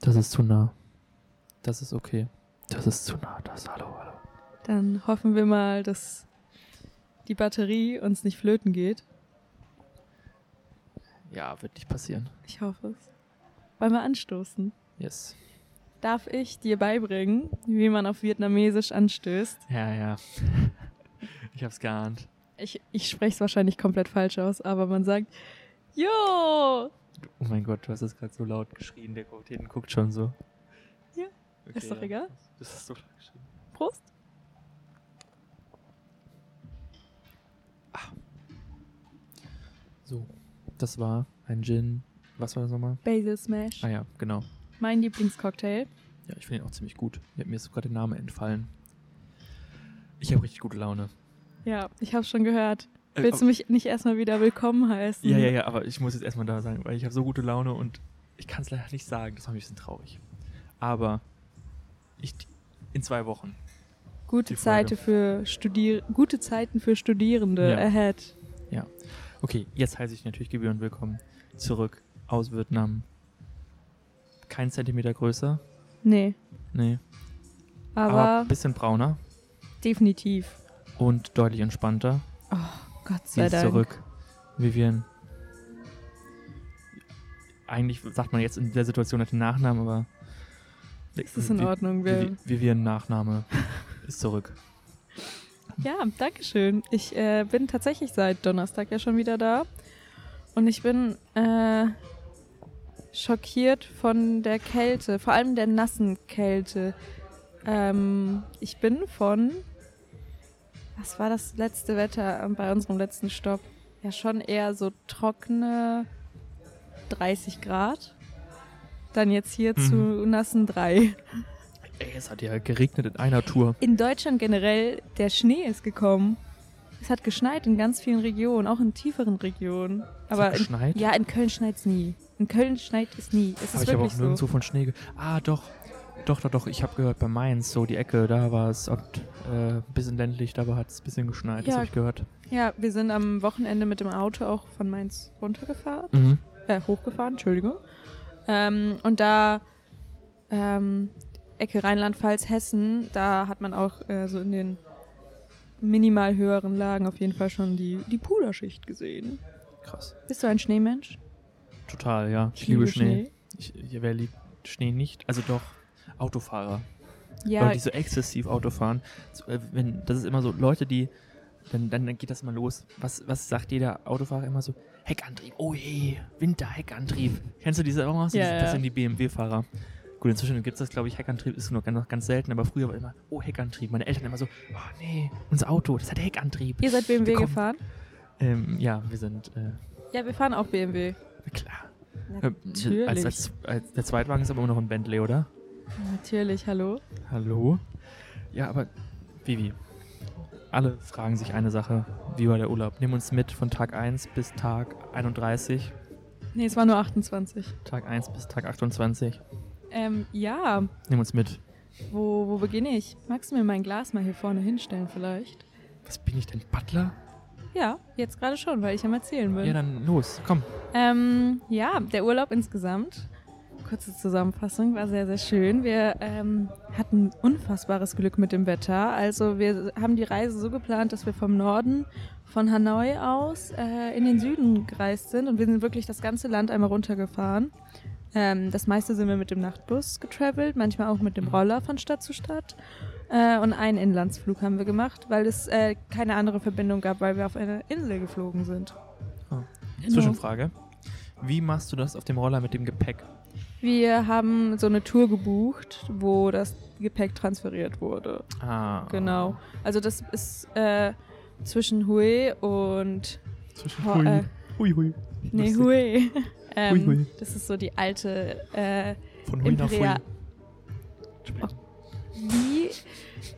Das ist zu nah. Das ist okay. Das ist zu nah. Das hallo, hallo. Dann hoffen wir mal, dass die Batterie uns nicht flöten geht. Ja, wird nicht passieren. Ich hoffe es. Wollen wir anstoßen? Yes. Darf ich dir beibringen, wie man auf Vietnamesisch anstößt? Ja, ja. Ich hab's geahnt. Ich, ich spreche es wahrscheinlich komplett falsch aus, aber man sagt Jo! Oh mein Gott, du hast das gerade so laut geschrien. Der guckt hinten, guckt schon so. Ja, ist doch egal. Das ist so laut geschrien. Prost! So, das war ein Gin. Was war das nochmal? Basil Smash. Ah ja, genau. Mein Lieblingscocktail. Ja, ich finde ihn auch ziemlich gut. Mir- Mir ist gerade der Name entfallen. Ich habe richtig gute Laune. Ja, ich habe schon gehört. Äh, Willst du mich nicht erstmal wieder willkommen heißen? Ja, ja, ja, aber ich muss jetzt erstmal da sein, weil ich habe so gute Laune und ich kann es leider nicht sagen. Das macht mich ein bisschen traurig. Aber ich, in zwei Wochen. Gute, Die Folge. Zeiten für Studier gute Zeiten für Studierende Ja. ahead. Okay, jetzt heiße ich natürlich gebührend willkommen zurück aus Vietnam. Kein Zentimeter größer. Nee, Nee. aber ein bisschen brauner definitiv. und deutlich entspannter. Oh, Gott Sie sei ist Dank. zurück. Vivian. Eigentlich sagt man jetzt in der Situation halt den Nachnamen, aber. Ist das in Vi- Ordnung, Vivi- Will? Vivian Nachname ist zurück. Ja, Dankeschön. Ich äh, bin tatsächlich seit Donnerstag ja schon wieder da. Und ich bin äh, schockiert von der Kälte, vor allem der nassen Kälte. Ähm, ich bin von. Was war das letzte Wetter ähm, bei unserem letzten Stopp? Ja, schon eher so trockene 30 Grad. Dann jetzt hier Mhm. zu nassen 3. Ey, es hat ja geregnet in einer Tour. In Deutschland generell, der Schnee ist gekommen. Es hat geschneit in ganz vielen Regionen, auch in tieferen Regionen. Es Aber hat geschneit? In, ja, in Köln schneit es nie. In Köln schneit es nie. Es aber ist ich habe wirklich auch so. nirgendwo von Schnee. Ge ah, doch. Doch, doch, doch. Ich habe gehört, bei Mainz, so die Ecke, da war es oft, äh, ein bisschen ländlich, da hat es ein bisschen geschneit. Das Ja. habe ich gehört. Ja, wir sind am Wochenende mit dem Auto auch von Mainz runtergefahren, Mhm. äh, hochgefahren, Entschuldigung. Ähm, und da ähm, Ecke Rheinland-Pfalz, Hessen, da hat man auch äh, so in den minimal höheren Lagen auf jeden Fall schon die, die Puderschicht gesehen. Krass. Bist du ein Schneemensch? Total, ja. Ich, liebe Schnee. Ich, wer liebt Schnee nicht? Also doch, Autofahrer. Ja, Leute, die so exzessiv Auto fahren. So, äh, wenn, das ist immer so, Leute, die, dann, dann, dann geht das immer los. Was, was sagt jeder Autofahrer immer so? Heckantrieb, oh je, Winter-Heckantrieb. Kennst du diese auch noch? So, Ja, diese- ja. Das sind die BMW-Fahrer. Gut, inzwischen gibt es das, glaube ich, Heckantrieb ist nur ganz, noch ganz selten, aber früher war immer, oh, Heckantrieb. Meine Eltern immer so, oh nee, unser Auto, das hat Heckantrieb. Ihr seid BMW Wir kommen- gefahren? Ähm, ja, wir sind, äh, Ja, wir fahren auch BMW. klar. Äh, Natürlich. Als, als, als, der Zweitwagen ist aber immer noch ein Bentley, oder? Natürlich, hallo. Hallo? Ja, aber Vivi, alle fragen sich eine Sache. Wie war der Urlaub? Nimm uns mit von Tag 1 bis Tag 31, Nee, es war nur 28. Tag 1 bis Tag 28. Ähm, ja, Nimm uns mit. wo, wo beginne ich? Magst du mir mein Glas mal hier vorne hinstellen vielleicht? Was bin ich denn, Butler? Ja, jetzt gerade schon, weil ich am Erzählen bin. Ja, dann los, komm. Ähm, ja, der Urlaub insgesamt, kurze Zusammenfassung, war sehr, sehr schön. Wir ähm, hatten unfassbares Glück mit dem Wetter. Also wir haben die Reise so geplant, dass wir vom Norden von Hanoi aus äh, in den Süden gereist sind und wir sind wirklich das ganze Land einmal runtergefahren. Ähm, das meiste sind wir mit dem Nachtbus getravelt, manchmal auch mit dem Roller von Stadt zu Stadt. Äh, und einen Inlandsflug haben wir gemacht, weil es äh, keine andere Verbindung gab, weil wir auf eine Insel geflogen sind. Ah, Genau. Zwischenfrage. Wie machst du das auf dem Roller mit dem Gepäck? Wir haben so eine Tour gebucht, wo das Gepäck transferiert wurde. Ah, Genau. Also das ist äh, zwischen Hue und Zwischen Ho- hui. äh, hui, hui. nee, Lustig. Hue. Ähm, Hui, Hui. Das ist so die alte äh, Von hui Oh. nach hui. Imperial- wie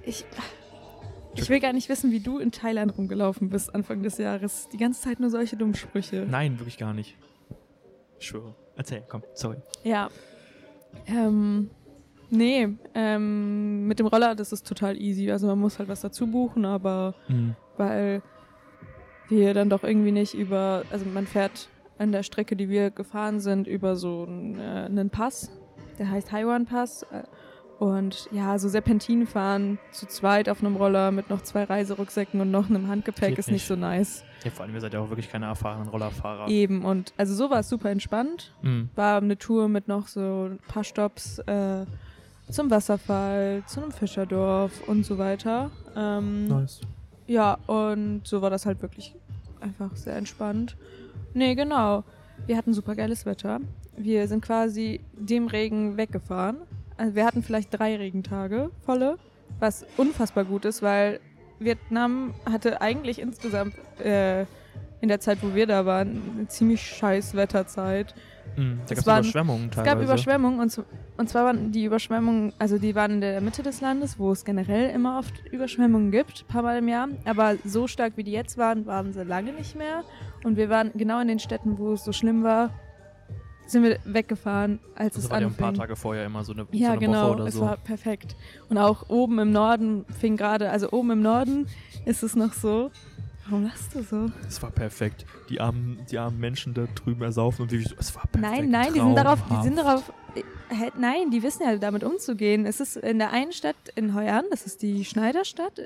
ich ich will gar nicht wissen, wie du in Thailand rumgelaufen bist Anfang des Jahres. Die ganze Zeit nur solche dummen Sprüche. Nein, wirklich gar nicht. Ich schwöre. Erzähl, komm, sorry. Ja. Ähm, nee, ähm, mit dem Roller, das ist total easy. Also man muss halt was dazu buchen, aber Mhm. weil wir dann doch irgendwie nicht über, also man fährt an der Strecke, die wir gefahren sind, über so einen, äh, einen Pass, der heißt Haiwan Pass. äh, Und ja, so Serpentinen fahren zu zweit auf einem Roller mit noch zwei Reiserücksäcken und noch einem Handgepäck Geht ist nicht nicht. so nice. Ja, vor allem, ihr seid ja auch wirklich keine erfahrenen Rollerfahrer. Eben. Und also so war es super entspannt. Mhm. War eine Tour mit noch so ein paar Stops äh, zum Wasserfall, zu einem Fischerdorf und so weiter. Ähm, Nice. Ja, und so war das halt wirklich einfach sehr entspannt. Nee, genau. Wir hatten super geiles Wetter. Wir sind quasi dem Regen weggefahren. Also wir hatten vielleicht drei Regentage volle, was unfassbar gut ist, weil Vietnam hatte eigentlich insgesamt äh, in der Zeit, wo wir da waren, eine ziemlich scheiß Wetterzeit. Mhm. Da Es gab es waren- Überschwemmungen Es teilweise. gab Überschwemmungen und, z- und zwar waren die Überschwemmungen, also die waren in der Mitte des Landes, wo es generell immer oft Überschwemmungen gibt, ein paar Mal im Jahr. Aber so stark wie die jetzt waren, waren sie lange nicht mehr. Und wir waren genau in den Städten, wo es so schlimm war, sind wir weggefahren, als Das Also es war ja ein anfing. paar Tage vorher immer so eine, so ja, eine genau, Woche oder es so. war perfekt. Und auch oben im Norden fing gerade, also oben im Norden ist es noch so. Warum lachst du so? Es war perfekt. Die armen, die armen Menschen da drüben ersaufen und wie so, es war perfekt. Nein, nein, die sind darauf, die traumhaft. sind darauf, äh, hä, nein, die wissen ja damit umzugehen. Es ist in der einen Stadt in Hoi An, das ist die Schneiderstadt,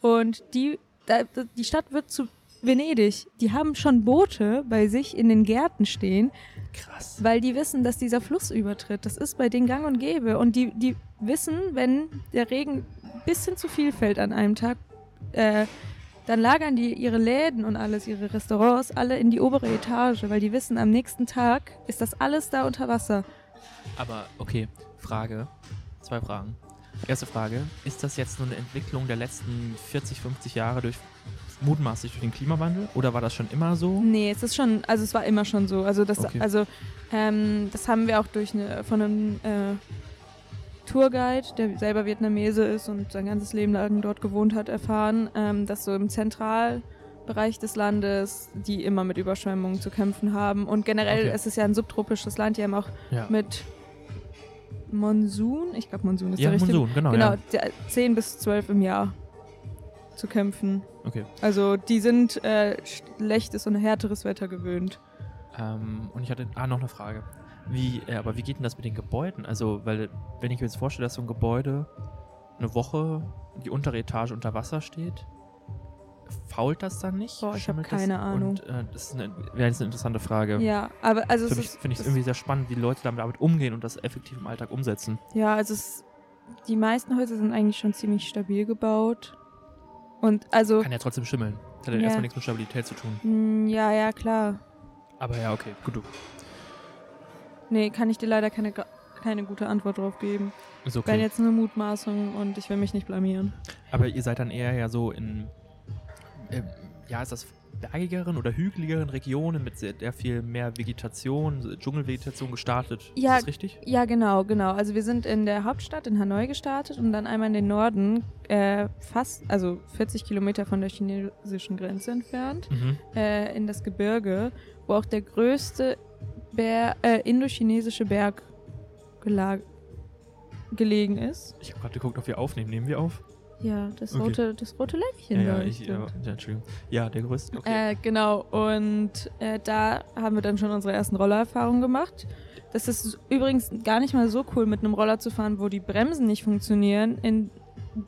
und die, da, die Stadt wird zu Venedig. Die haben schon Boote bei sich in den Gärten stehen, krass. weil die wissen, dass dieser Fluss übertritt. Das ist bei denen gang und gäbe. Und die, die wissen, wenn der Regen ein bisschen zu viel fällt an einem Tag, äh, dann lagern die ihre Läden und alles, ihre Restaurants, alle in die obere Etage, weil die wissen, am nächsten Tag ist das alles da unter Wasser. Aber okay, Frage. Zwei Fragen. Erste Frage, ist das jetzt nur eine Entwicklung der letzten 40, 50 Jahre durch mutmaßlich durch den Klimawandel oder war das schon immer so? Nee, es ist schon, also es war immer schon so. Also das, Okay. also, ähm, das haben wir auch durch eine, von einem äh, Tourguide, der selber Vietnamese ist und sein ganzes Leben lang dort gewohnt hat, erfahren, ähm, dass so im Zentralbereich des Landes die immer mit Überschwemmungen zu kämpfen haben. Und generell, Okay. es ist ja ein subtropisches Land, die haben auch Ja, mit Monsun, ich glaube Monsun ist ja der richtige. Monsun, genau, Genau, ja. der- 10 bis 12 im Jahr zu kämpfen. Okay. Also die sind äh, schlechtes und härteres Wetter gewöhnt. Ähm, und ich hatte ah, noch eine Frage. Wie, äh, aber wie geht denn das mit den Gebäuden? Also, weil, wenn ich mir jetzt vorstelle, dass so ein Gebäude eine Woche die untere Etage unter Wasser steht, fault das dann nicht? Boah, ich hab Schimmelt das? keine Ahnung. Und äh, das ist eine, wäre jetzt eine interessante Frage. Ja, aber also es Finde ich, ist, find ich es- irgendwie sehr spannend, wie Leute damit, damit umgehen und das effektiv im Alltag umsetzen. ja, also es, die meisten Häuser sind eigentlich schon ziemlich stabil gebaut. Und also Kann ja trotzdem schimmeln. Das hat ja Ja. erstmal nichts mit Stabilität zu tun. mh, ja, ja, klar. Aber ja, okay, gut. du. Nee, kann ich dir leider keine gra- keine gute Antwort drauf geben. Ist Wären okay. jetzt nur Mutmaßungen und ich will mich nicht blamieren. Aber ihr seid dann eher ja so in, ähm, ja, ist das bergigeren oder hügeligeren Regionen mit sehr, sehr viel mehr Vegetation, so Dschungelvegetation gestartet. Ja. Ist das richtig? Ja, genau, genau. Also wir sind in der Hauptstadt in Hanoi gestartet und dann einmal in den Norden, äh, fast, also 40 Kilometer von der chinesischen Grenze entfernt, Mhm. äh, in das Gebirge, wo auch der größte Ber äh, indochinesische Berg gela- gelegen ist. Ich habe gerade geguckt, ob wir aufnehmen. Nehmen wir auf? Ja, das Okay. rote, das rote Lämpchen. ja, ja, leuchtet. ich, ja, ja, Entschuldigung. Ja, der größte. Okay. Genau, Äh, genau, und äh, da haben wir dann schon unsere ersten Rollererfahrungen gemacht. Das ist übrigens gar nicht mal so cool, mit einem Roller zu fahren, wo die Bremsen nicht funktionieren in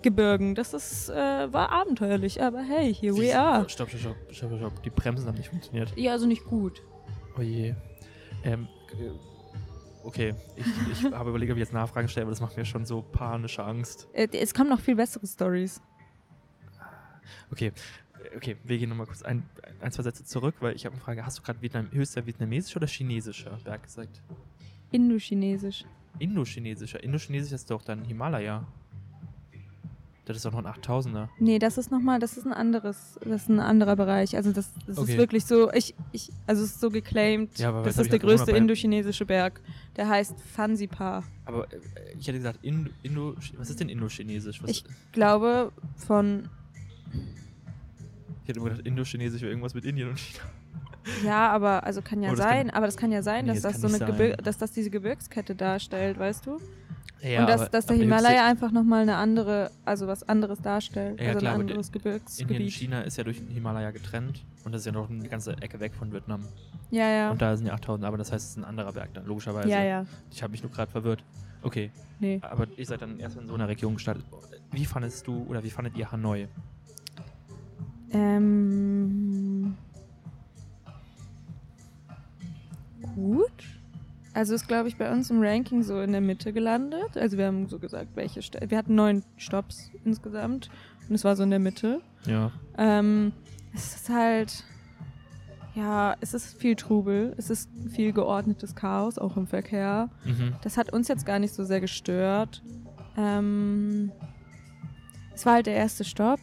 Gebirgen. Das ist, äh, war abenteuerlich, aber hey, here we are. Stopp, stopp, stopp, stopp, stopp, stopp. Die Bremsen haben nicht funktioniert. Ja, also nicht gut. Oh je. Ähm, äh, okay, ich, ich habe überlegt, ob ich jetzt Nachfragen stelle, aber das macht mir schon so panische Angst. Äh, es kamen noch viel bessere Stories. Okay, äh, okay, wir gehen nochmal kurz ein, ein, zwei Sätze zurück, weil ich habe eine Frage. Hast du gerade Vietnam, höchster vietnamesischer oder chinesischer Berg gesagt? Indochinesisch. Indochinesischer. Indochinesischer ist doch dann Himalaya. Das ist doch noch ein 8000er. Nee, das ist nochmal, das ist ein anderes, das ist ein anderer Bereich. Also das, das Okay. ist wirklich so, ich, ich, also es ist so geclaimed, Ja, aber jetzt das hab ist ich der halt gewundert, größte weil- indochinesische Berg. Der heißt Fansipa. Aber äh, ich hätte gesagt, Indo, Indo, was ist denn Indochinesisch? Was, Ich- glaube, von. ich hätte immer gedacht, Indochinesisch wäre irgendwas mit Indien und China. Ja, aber also kann ja Oh, das sein, kann- aber das kann ja sein, Nee, dass das das, kann so nicht eine sein. Gebir dass das diese Gebirgskette darstellt, weißt du? Ja, und dass, aber- dass der aber Himalaya einfach nochmal eine andere, also was anderes darstellt. Ja, also klar, ein aber anderes höchstens- Indien, Gebirgsgebiet. China ist ja durch den Himalaya getrennt und das ist ja noch eine ganze Ecke weg von Vietnam. Ja, ja. Und also da sind ja 8000, aber das heißt, es ist ein anderer Berg dann, logischerweise. Ja, ja. Ich habe mich nur gerade verwirrt. Okay, Nee. aber ihr seid dann erstmal in so einer Region gestartet. Wie fandest du oder wie fandet ihr Hanoi? Ähm, gut. Also ist, glaube ich, bei uns im Ranking so in der Mitte gelandet. Also wir haben so gesagt, welche Städte. Wir hatten neun Stops insgesamt und es war so in der Mitte. Ja. Ähm, es ist halt, ja, es ist viel Trubel, es ist viel geordnetes Chaos, auch im Verkehr. Mhm. Das hat uns jetzt gar nicht so sehr gestört. Ähm, es war halt der erste Stopp.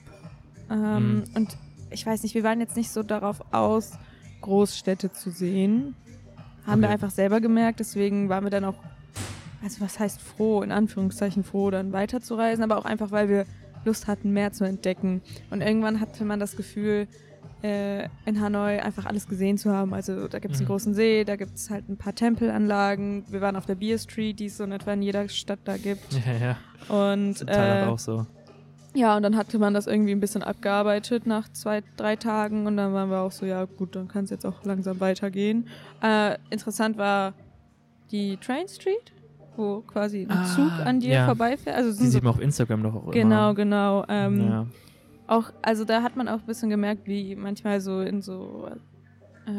Ähm, Mhm. Und ich weiß nicht, wir waren jetzt nicht so darauf aus, Großstädte zu sehen. Haben wir Okay. einfach selber gemerkt, deswegen waren wir dann auch, also was heißt froh, in Anführungszeichen froh, dann weiterzureisen, aber auch einfach, weil wir Lust hatten, mehr zu entdecken. Und irgendwann hatte man das Gefühl, äh, in Hanoi einfach alles gesehen zu haben. Also da gibt es einen Mhm. großen See, da gibt es halt ein paar Tempelanlagen. Wir waren auf der Beer Street, die es so in etwa in jeder Stadt da gibt. Ja, ja. Und Ist in Thailand äh, auch so. ja, und dann hatte man das irgendwie ein bisschen abgearbeitet nach zwei, drei Tagen und dann waren wir auch so, ja gut, dann kann es jetzt auch langsam weitergehen. Äh, interessant war die Train Street, wo quasi ein Ah, Zug an dir ja. vorbeifährt. Also es Die sind so, sieht man auf Instagram doch auch genau, immer. genau. Ähm, ja. auch, also da hat man auch ein bisschen gemerkt, wie manchmal so in so, äh,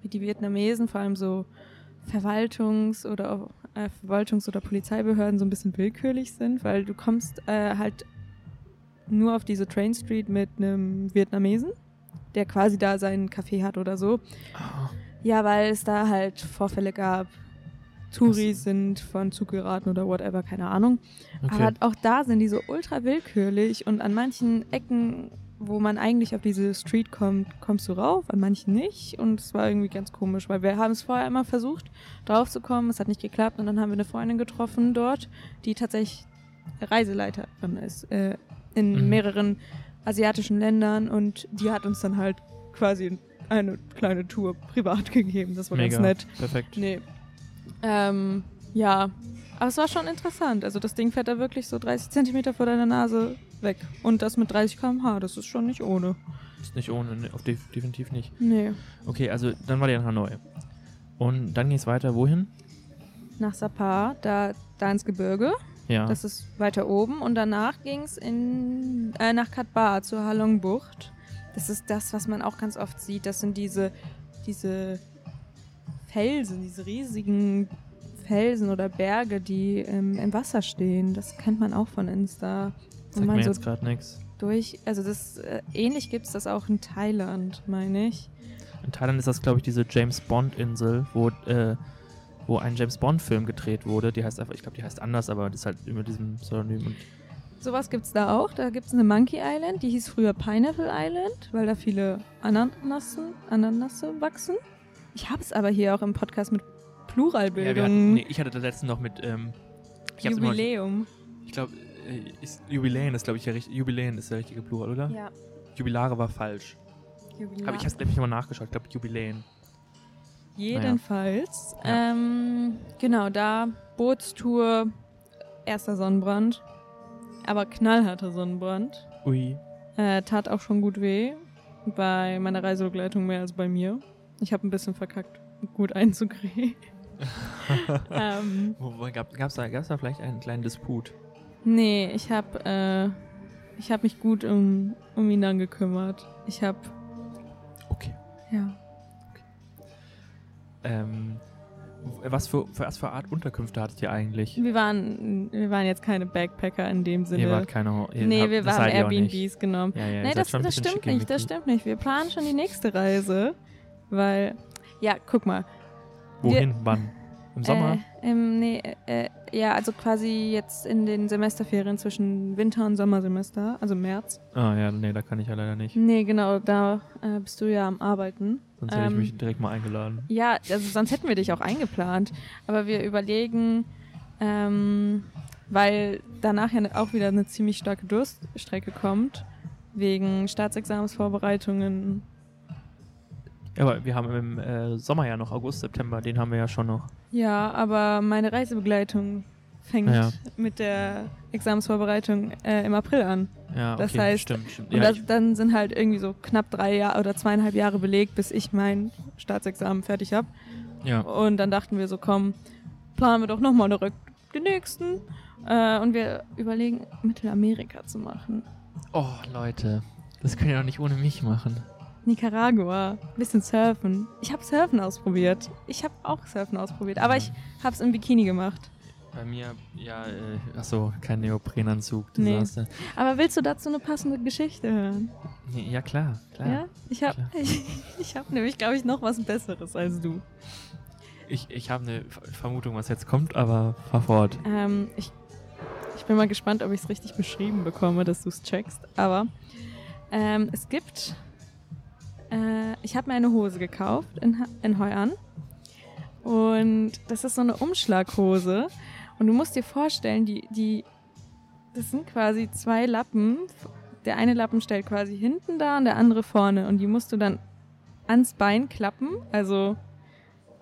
wie die Vietnamesen, vor allem so Verwaltungs- oder auch, äh, Verwaltungs- oder Polizeibehörden so ein bisschen willkürlich sind, weil du kommst äh, halt nur auf diese Train Street mit einem Vietnamesen, der quasi da seinen Café hat oder so. Ah, Ja, weil es da halt Vorfälle gab. Touris Was? sind von Zug geraten oder whatever, keine Ahnung. okay. Aber auch da sind die so ultra willkürlich und an manchen Ecken, wo man eigentlich auf diese Street kommt, kommst du rauf, an manchen nicht. Und es war irgendwie ganz komisch, weil wir haben es vorher immer versucht, drauf zu kommen, es hat nicht geklappt und dann haben wir eine Freundin getroffen dort, die tatsächlich Reiseleiterin ist äh, in Mhm. mehreren asiatischen Ländern und die hat uns dann halt quasi eine kleine Tour privat gegeben. Das war Mega. ganz nett. Perfekt. Nee. Ähm, ja. Aber es war schon interessant. Also das Ding fährt da wirklich so 30 Zentimeter vor deiner Nase weg. Und das mit 30 km/h, das ist schon nicht ohne. Ist nicht ohne, ne, auf def- definitiv nicht. Nee. Okay, also dann war der in Hanoi. Und dann ging es weiter, wohin? Nach Sapa, da, da ins Gebirge. Ja. Das ist weiter oben. Und danach ging es äh, nach Katbar zur Halong-Bucht. Das ist das, was man auch ganz oft sieht. Das sind diese, diese Felsen, diese riesigen Felsen oder Berge, die ähm, im Wasser stehen. Das kennt man auch von Insta. Wenn Sagt mir man so jetzt gerade nichts. durch, also das äh, ähnlich gibt es das auch in Thailand, meine ich. In Thailand ist das, glaube ich, diese James Bond-Insel, wo, äh, wo ein James Bond-Film gedreht wurde. Die heißt einfach, ich glaube, die heißt anders, aber das ist halt über diesem Pseudonym. Und Sowas gibt es da auch. Da gibt es eine Monkey Island, die hieß früher Pineapple Island, weil da viele Ananassen, Ananasse wachsen. Ich habe es aber hier auch im Podcast mit ja, wir hatten, Pluralbildung. nee, ich hatte das letzten noch mit. Ähm, ich hab's immer noch- Jubiläum. Ich glaube, äh, ist- Jubiläen ist, glaube ich, der richtige. Jubiläen ist der richtige Plural, oder? Ja, Jubilare war falsch. Jubiläum. Aber ich habe es, glaube ich, nochmal nachgeschaut. Ich glaube, Jubiläen. Jedenfalls. Ja. Ähm, genau, da Bootstour, erster Sonnenbrand, aber knallharter Sonnenbrand. Ui. Äh, tat auch schon gut weh. Bei meiner Reisebegleitung mehr als bei mir. Ich habe ein bisschen verkackt, gut einzukriegen. ähm, Wobei, gab es da, gab's da vielleicht einen kleinen Disput? nee, ich habe äh, ich hab mich gut um, um ihn dann gekümmert. Ich habe, Okay. ja. Ähm, w- was für, für, was für Art Unterkünfte hattet ihr eigentlich? Wir waren, wir waren jetzt keine Backpacker in dem Sinne. Ihr wart keine. Ihr nee, habt- wir das waren seid ihr auch nicht. Airbnbs genommen. Ja, ja, ihr nee, seid das, schon ein das bisschen stimmt nicht, das schickimicki. stimmt nicht. Wir planen schon die nächste Reise, weil, ja, guck mal, Wohin? Wann? Im Sommer? Äh, ähm, nee, äh, ja, also quasi jetzt in den Semesterferien zwischen Winter- und Sommersemester, also März. Ah ja, nee, da kann ich ja leider nicht. Nee, genau, da äh, bist du ja am Arbeiten. Sonst hätte Ähm, ich mich direkt mal eingeladen. Ja, also sonst hätten wir dich auch eingeplant. Aber wir überlegen, ähm, weil danach ja auch wieder eine ziemlich starke Durststrecke kommt, wegen Staatsexamensvorbereitungen. Ja, aber wir haben im äh, Sommer ja noch August, September, den haben wir ja schon noch. Ja, aber meine Reisebegleitung fängt Ja. mit der Examensvorbereitung äh, im April an. Ja, Das okay, heißt, stimmt, stimmt. Und Ja, das, dann sind halt irgendwie so knapp drei Jahre oder zweieinhalb Jahre belegt, bis ich mein Staatsexamen fertig habe. ich, ja. Und dann dachten wir so, komm, planen wir doch nochmal eine Rück den nächsten. Äh, und wir überlegen, Mittelamerika zu machen. Oh, Leute. Das könnt ihr doch nicht ohne mich machen. Nicaragua, bisschen surfen. Ich habe Surfen ausprobiert. Ich habe auch Surfen ausprobiert, aber ich habe es im Bikini gemacht. Bei mir, ja, äh, achso, kein Neoprenanzug. Nee. Desaster. Aber willst du dazu eine passende Geschichte hören? Nee, ja, klar, klar. Ja? Ich habe Klar. ich, ich hab nämlich, glaube ich, noch was Besseres als du. Ich, ich habe eine Ver- Vermutung, was jetzt kommt, aber fahr fort. Ähm, ich, ich bin mal gespannt, ob ich es richtig beschrieben bekomme, dass du es checkst. Aber ähm, es gibt. Äh, ich habe mir eine Hose gekauft in, Ha- in Heu an. Und das ist so eine Umschlaghose. Und du musst dir vorstellen, die, die, das sind quasi zwei Lappen. Der eine Lappen stellt quasi hinten da und der andere vorne. Und die musst du dann ans Bein klappen, also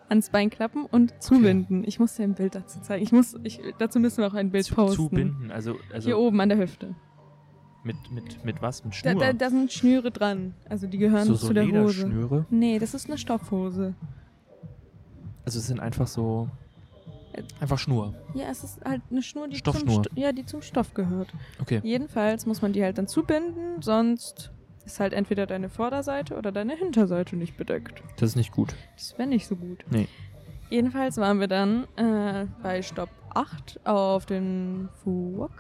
ans Bein klappen und zubinden. Ich muss dir ein Bild dazu zeigen. Ich muss, ich, dazu müssen wir auch ein Bild Zu, posten. zubinden, also, Hier also oben an der Hüfte. mit, mit, mit was? Mit Da, Schnur? da, da sind Schnüre dran. Also die gehören so so zu der Hose. Lederschnüre. Nee, das ist eine Stoffhose. Also es sind einfach so... Äh, Einfach Schnur. Ja, es ist halt eine Schnur, die, zum, Stoffschnur. St- ja, die zum Stoff gehört. Okay. Jedenfalls muss man die halt dann zubinden, sonst ist halt entweder deine Vorderseite oder deine Hinterseite nicht bedeckt. Das ist nicht gut. Das wäre nicht so gut. Nee. Jedenfalls waren wir dann äh, bei Stopp 8 auf den Fuwok.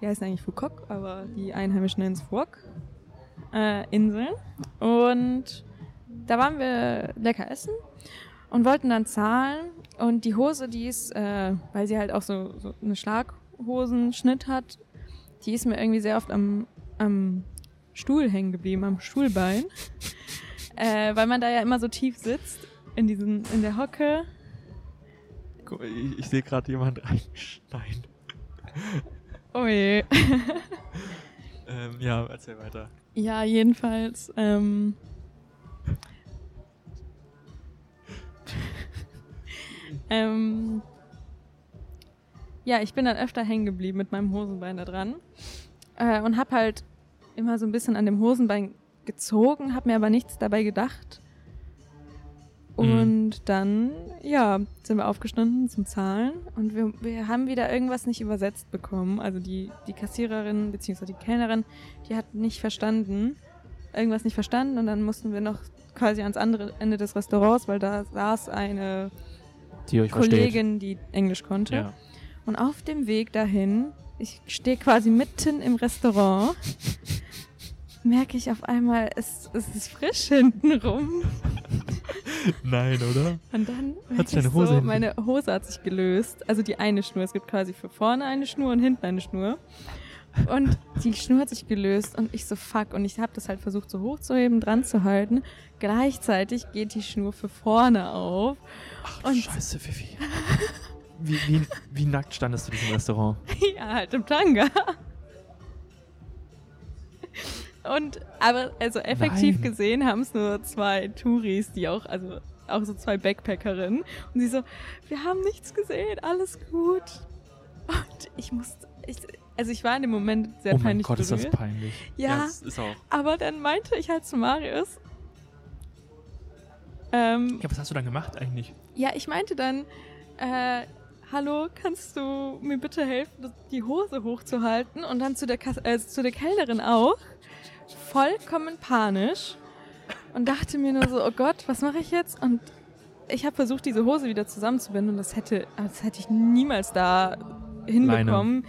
Die heißen eigentlich Fukok, aber die Einheimischen nennen es Fuwok. Äh, Inseln. Und da waren wir lecker essen und wollten dann zahlen. Und die Hose, die ist, äh, weil sie halt auch so, so einen Schlaghosenschnitt hat, die ist mir irgendwie sehr oft am, am Stuhl hängen geblieben, am Stuhlbein. äh, weil man da ja immer so tief sitzt in, diesem, in der Hocke. Ich, sehe gerade jemand reinschneiden. Oh je. Ähm, ja, erzähl weiter. Ja, jedenfalls. Ähm, ähm, ja, ich bin dann öfter hängen geblieben mit meinem Hosenbein da dran äh, und hab halt immer so ein bisschen an dem Hosenbein gezogen, hab mir aber nichts dabei gedacht. Und dann, ja, sind wir aufgestanden zum Zahlen und wir, wir haben wieder irgendwas nicht übersetzt bekommen. Also die, die Kassiererin bzw. die Kellnerin die hat nicht verstanden, irgendwas nicht verstanden und dann mussten wir noch quasi ans andere Ende des Restaurants, weil da saß eine Die euch versteht. Kollegin, die Englisch konnte. Ja. Und auf dem Weg dahin, ich stehe quasi mitten im Restaurant, merke ich auf einmal, es, es ist frisch hinten rum. Nein, oder? Und dann Hat's merke deine ich Hose so, hinten? meine Hose hat sich gelöst. Also die eine Schnur. Es gibt quasi für vorne eine Schnur und hinten eine Schnur. Und die Schnur hat sich gelöst und ich so fuck. Und ich habe das halt versucht so hochzuheben, dran zu halten. Gleichzeitig geht die Schnur für vorne auf. Ach, Und- scheiße, Vivi. Wie, wie, wie nackt standest du in diesem Restaurant? ja, halt im Tanga. Und, aber, also effektiv Nein. gesehen haben es nur zwei Touris, die auch, also auch so zwei Backpackerinnen. Und sie so, wir haben nichts gesehen, alles gut. Und ich musste, ich, also ich war in dem Moment sehr oh mein peinlich Gott, ist berührt. das peinlich. Ja. das ist auch. aber dann meinte ich halt zu Marius, ähm, Ja, was hast du dann gemacht eigentlich? ja, ich meinte dann, äh, hallo, kannst du mir bitte helfen, das- die Hose hochzuhalten? Und dann zu der, Kass äh, zu der Kellnerin auch, vollkommen panisch und dachte mir nur so, oh Gott, was mache ich jetzt? Und ich habe versucht, diese Hose wieder zusammenzubinden und das hätte, das hätte ich niemals da hinbekommen.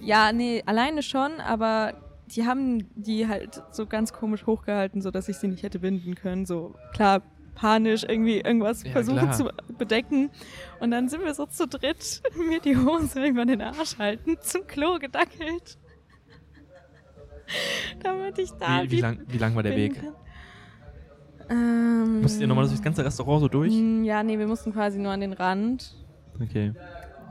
Ja, nee, alleine schon, aber die haben die halt so ganz komisch hochgehalten, so dass ich sie nicht hätte binden können. So klar, panisch irgendwie irgendwas Ja, versuchen klar. zu bedecken. Und dann sind wir so zu dritt, mir die Hose über den Arsch halten, zum Klo gedackelt. Damit ich da Wie, wie, lang, wie lang war der Weg? Ähm, Musstet ihr nochmal durch das ganze Restaurant so durch? Mm, Ja, nee, wir mussten quasi nur an den Rand. Okay.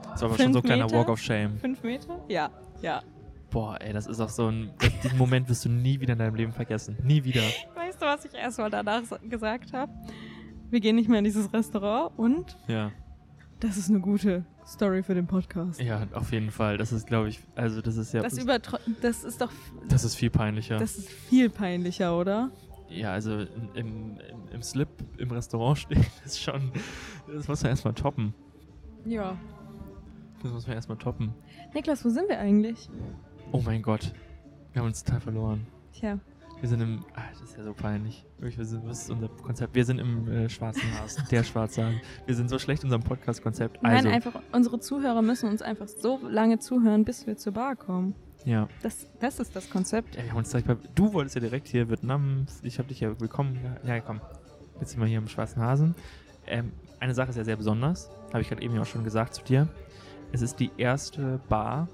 Das war aber schon Fünf so ein kleiner Meter? Walk of Shame. Fünf Meter? Ja, ja. Boah, ey, das ist auch so ein. das- Diesen Moment wirst du nie wieder in deinem Leben vergessen. Nie wieder. Weißt du, was ich erstmal danach sa- gesagt habe? Wir gehen nicht mehr in dieses Restaurant und Ja. das ist eine gute Story für den Podcast. Ja, auf jeden Fall. Das ist, glaube ich, also das ist ja. Das, Das, übertro das ist doch, ist viel peinlicher. das ist viel peinlicher, oder? ja, also in, in, in, im Slip im Restaurant stehen ist schon. Das muss man erstmal toppen. Ja. Das muss man erstmal toppen. Niklas, wo sind wir eigentlich? Oh mein Gott. Wir haben uns total verloren. Tja, Wir sind im. Ah, das ist ja so peinlich. Wirklich, wir sind, was ist unser Konzept? Wir sind im äh, schwarzen Haus. der schwarze Hasen. Wir sind so schlecht in unserem Podcast-Konzept. Also, nein, einfach unsere Zuhörer müssen uns einfach so lange zuhören, bis wir zur Bar kommen. ja. Das, das ist das Konzept. Ja, wir haben uns direkt bei, du wolltest ja direkt hier Vietnam, ich habe dich ja willkommen. Ja, ja, komm. Jetzt sind wir hier im Schwarzen Hasen. Ähm, eine Sache ist ja sehr besonders, habe ich gerade eben ja auch schon gesagt zu dir. Es ist die erste Bar,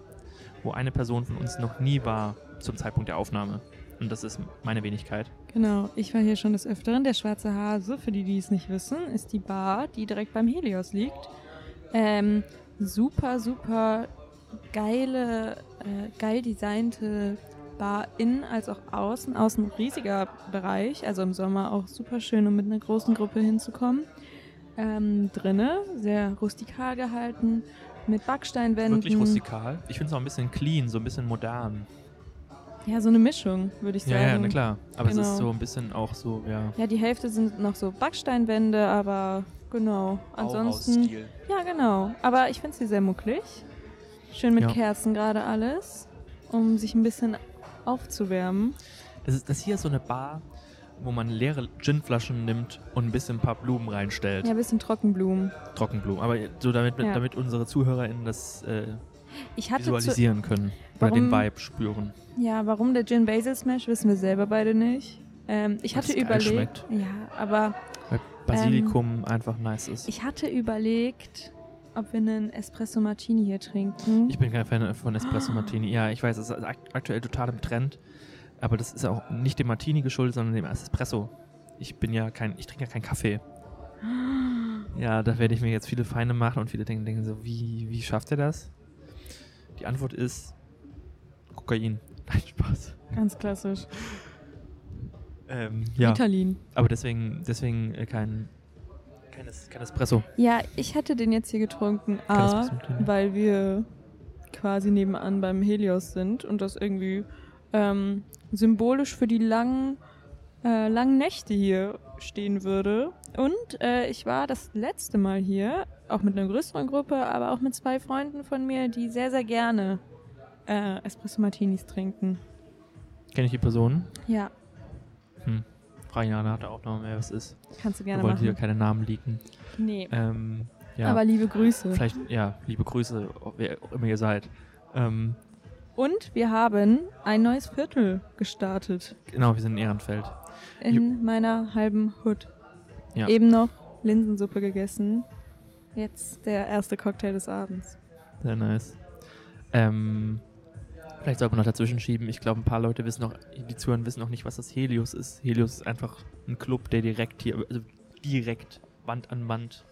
wo eine Person von uns noch nie war zum Zeitpunkt der Aufnahme. Und das ist meine Wenigkeit. Genau, ich war hier schon des Öfteren. Der Schwarze Hase, für die, die es nicht wissen, ist die Bar, die direkt beim Helios liegt. Ähm, super, super geile, äh, geil designte Bar innen als auch außen. Außen ein riesiger Bereich, also im Sommer auch super schön, um mit einer großen Gruppe hinzukommen. Ähm, drinne, sehr rustikal gehalten, mit Backsteinwänden. Wirklich rustikal. Ich finde es auch ein bisschen clean, so ein bisschen modern. Ja, so eine Mischung, würde ich Ja, sagen. ja, na klar. Aber es ist Genau. so ein bisschen auch so, ja. Ja, die Hälfte sind noch so Backsteinwände, aber genau. Ansonsten. Bauhausstil. Ja, genau. Aber ich finde sie sehr mucklig. Schön mit Ja. Kerzen gerade alles, um sich ein bisschen aufzuwärmen. Das, ist, das hier ist so eine Bar, wo man leere Ginflaschen nimmt und ein bisschen ein paar Blumen reinstellt. Ja, ein bisschen Trockenblumen. Trockenblumen. Aber so damit, Ja. damit unsere ZuhörerInnen das äh, Ich hatte zu, visualisieren können. Oder den Warum- Vibe spüren. ja, warum der Gin Basil Smash wissen wir selber beide nicht. Ähm, ich Weil's hatte geil schmeckt. überlegt. Ja, aber Weil Ähm, Basilikum einfach nice ist. Ich, ich hatte überlegt, ob wir einen Espresso Martini hier trinken. bin kein Fan von Espresso Martini. Ja, ich weiß, es ist ak- aktuell total im Trend. Aber das ist auch nicht dem Martini geschuldet, sondern dem Espresso. Ich bin ja kein, ich trinke ja keinen Kaffee. Ja, da werde ich mir jetzt viele Feinde machen und viele denken, denken so, wie, wie schafft er das? Die Antwort ist Kokain. Nein, Spaß. Ganz klassisch. Ähm, ja. Ritalin. Aber deswegen, deswegen äh, kein, kein, Es- kein Espresso. Ja, ich hätte den jetzt hier getrunken, Kann das A, passen, Tanja? weil wir quasi nebenan beim Helios sind und das irgendwie ähm, symbolisch für die langen, äh, langen Nächte hier stehen würde. Und äh, ich war das letzte Mal hier, auch mit einer größeren Gruppe, aber auch mit zwei Freunden von mir, die sehr, sehr gerne äh, Espresso Martinis trinken. Kenne ich die Person? Ja, Frage Jana hat da auch noch mehr, was ist. kannst du Wir gerne wollen hier machen. keine Namen leaken. Nee, Ähm, ja. aber liebe Grüße. Vielleicht, ja, liebe Grüße, ob- wer auch immer ihr seid. Ähm, Und wir haben ein neues Viertel gestartet. genau, wir sind in Ehrenfeld. in Ju- meiner halben Hood. Ja. Eben noch Linsensuppe gegessen. Jetzt der erste Cocktail des Abends. Sehr nice. Ähm, vielleicht sollte man noch dazwischen schieben. Ich glaube, ein paar Leute wissen noch, die zuhören, wissen noch nicht, was das Helios ist. Helios ist einfach ein Club, der direkt hier, also direkt Wand an Wand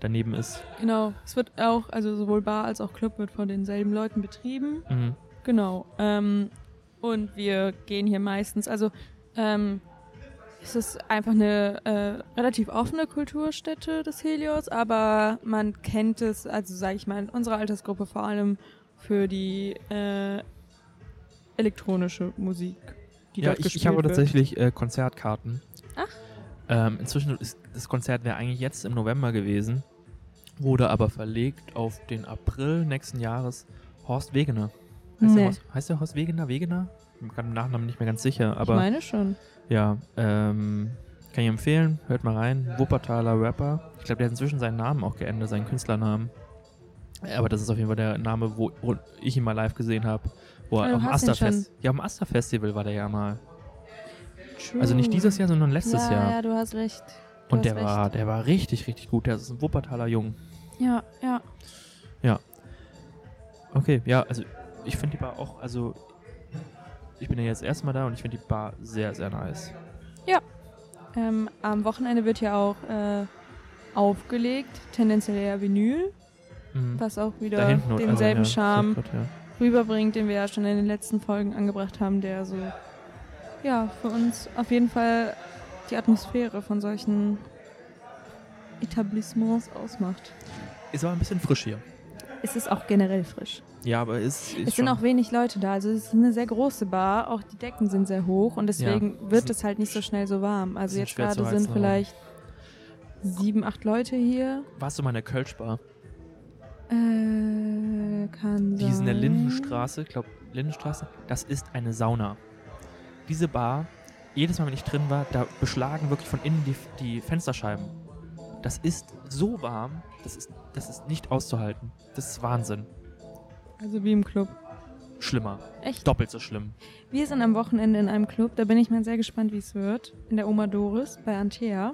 daneben ist. Genau. Es wird auch, also sowohl Bar als auch Club wird von denselben Leuten betrieben. Mhm. Genau. Ähm, und wir gehen hier meistens, also ähm, es ist einfach eine äh, relativ offene Kulturstätte des Helios, aber man kennt es, also sage ich mal, in unserer Altersgruppe vor allem für die äh, elektronische Musik, die ja, dort ich, gespielt ich habe wird. tatsächlich äh, Konzertkarten. Ach. Ähm, inzwischen ist das Konzert wäre eigentlich jetzt im November gewesen, wurde aber verlegt auf den April nächsten Jahres. Horst Wegener. Heißt, der, Nee. Horst, heißt der Horst Wegener? Wegener? Ich bin gerade im Nachnamen nicht mehr ganz sicher, aber ich meine schon. ja, ähm, kann ich empfehlen. Hört mal rein. Wuppertaler Rapper. Ich glaube, der hat inzwischen seinen Namen auch geändert, seinen Künstlernamen. Äh, Aber das ist auf jeden Fall der Name, wo, wo ich ihn mal live gesehen habe. Wo Ah, er du auf dem hast ihn Asterfest. Ja, am Asterfestival war der ja mal. True. Also nicht dieses Jahr, sondern letztes ja, Jahr. Ja, du hast recht. Du und der hast recht. war, der war richtig, richtig gut. Der ist ein Wuppertaler Jung. Ja, ja. Okay, ja, also ich finde die Bar auch, also ich bin ja jetzt erstmal da und ich finde die Bar sehr, sehr nice. Ähm, am Wochenende wird ja auch äh, aufgelegt, tendenziell eher Vinyl, Mhm. was auch wieder Da hinten oder- denselben also, ja, Charme sehr gut, ja. rüberbringt, den wir ja schon in den letzten Folgen angebracht haben, der so ja für uns auf jeden Fall die Atmosphäre von solchen Etablissements ausmacht. Ist aber ein bisschen frisch hier. es ist auch generell frisch. Ja, aber ist. ist es sind schon- auch wenig Leute da. Also es ist eine sehr große Bar. Auch die Decken sind sehr hoch und deswegen Ja. wird es halt nicht so schnell so warm. Also Sind jetzt schwer zu gerade heizen, sind aber- vielleicht sieben, acht Leute hier. Warst du mal in der Kölschbar? Äh, kann Die sein. ist in der Lindenstraße, ich glaube Lindenstraße. Das ist eine Sauna. Diese Bar, jedes Mal, wenn ich drin war, da beschlagen wirklich von innen die, die Fensterscheiben. Das ist so warm, das ist, das ist nicht auszuhalten. Das ist Wahnsinn. Also wie im Club. Schlimmer. Echt? Doppelt so schlimm. Wir sind am Wochenende in einem Club. Da bin ich mal sehr gespannt, wie es wird. In der Oma Doris bei Antea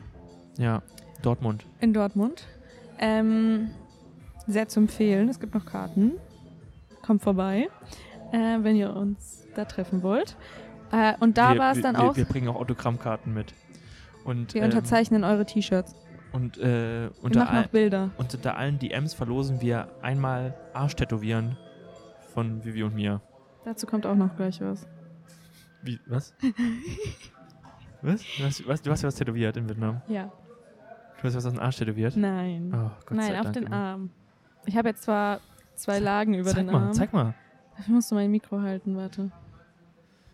Ja. Dortmund. in Dortmund. Ähm, sehr zu empfehlen. Es gibt noch Karten. Kommt vorbei, äh, wenn ihr uns da treffen wollt. Äh, und da wir, war es wir- dann wir, auch. Wir bringen auch Autogrammkarten mit. Und, Wir ähm, unterzeichnen eure T-Shirts. und äh, Wir unter, machen auch all, Bilder. und unter allen DMs verlosen wir einmal Arschtätowieren von Vivi und mir. Dazu kommt auch noch gleich was. Wie, was? was? Du hast, was? Du hast ja was tätowiert in Vietnam. Ja. Du hast was aus dem Arsch tätowiert. Nein. Oh, Gott sei Nein, Dank, auf den Emma. Arm. Ich habe jetzt zwar zwei Lagen über zeig den mal, Arm. Zeig mal, Ich musste mein Mikro halten, warte.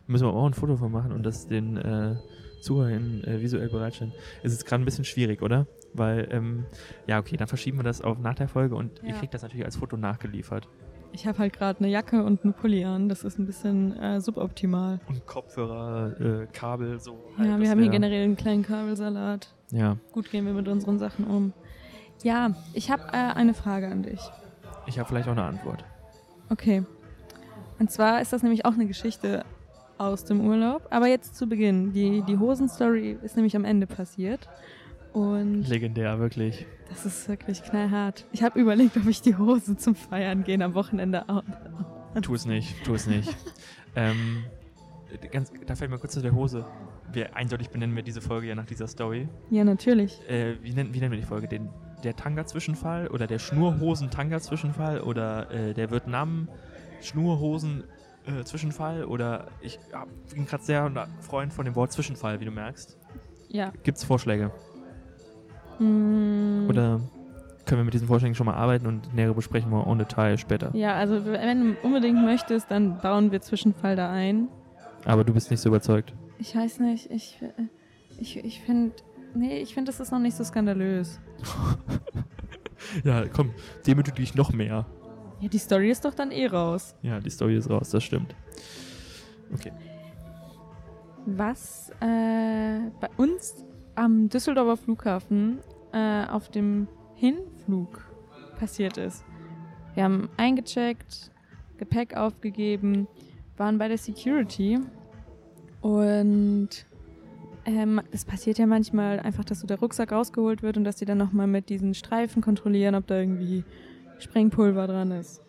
Müssen wir auch ein Foto von machen und das den äh, ZuhörerInnen äh, visuell bereitstellen. Es ist gerade ein bisschen schwierig, oder? Weil, ähm, ja, okay, dann verschieben wir das auf nach der Folge und ihr Ja. kriegt das natürlich als Foto nachgeliefert. Ich habe halt gerade eine Jacke und einen Pulli an. Das ist ein bisschen äh, suboptimal. Und Kopfhörer, äh, Kabel, so. halt, Ja, wir das haben wär- hier generell einen kleinen Kabelsalat. Ja, Gut gehen wir mit unseren Sachen um. Ja, ich habe äh, eine Frage an dich. ich habe vielleicht auch eine Antwort. Okay. Und zwar ist das nämlich auch eine Geschichte aus dem Urlaub. Aber jetzt zu Beginn. Die, die Hosen-Story ist nämlich am Ende passiert. Und Legendär, wirklich. das ist wirklich knallhart. Ich habe überlegt, ob ich die Hosen zum Feiern gehen am Wochenende auch. Tu es nicht, tu es nicht. ähm, ganz, da fällt mir kurz zu der Hose. Wir, eindeutig benennen wir diese Folge ja nach dieser Story. Ja, natürlich. Äh, wie, nennen, wie nennen wir die Folge? Den, der Tanga-Zwischenfall oder der Schnurhosen-Tanga-Zwischenfall oder äh, der Vietnam-Schnurhosen-Zwischenfall oder ich hab, bin gerade sehr na- Freund von dem Wort Zwischenfall, wie du merkst. Ja. Gibt's Vorschläge? Mm. Oder können wir mit diesen Vorschlägen schon mal arbeiten und nähere besprechen wir en Detail später? Ja, also wenn du unbedingt möchtest, dann bauen wir Zwischenfall da ein. Aber du bist nicht so überzeugt. Ich weiß nicht, ich, äh, ich, ich finde, nee, ich finde, das ist noch nicht so skandalös. Ja, komm, demütige dich noch mehr. Ja, die Story ist doch dann eh raus. Ja, die Story ist raus, das stimmt. Was äh, bei uns am Düsseldorfer Flughafen äh, auf dem Hinflug passiert ist. Wir haben eingecheckt, Gepäck aufgegeben, waren bei der Security und ähm, es passiert ja manchmal einfach, dass so der Rucksack rausgeholt wird und dass die dann nochmal mit diesen Streifen kontrollieren, ob da irgendwie Sprengpulver dran ist.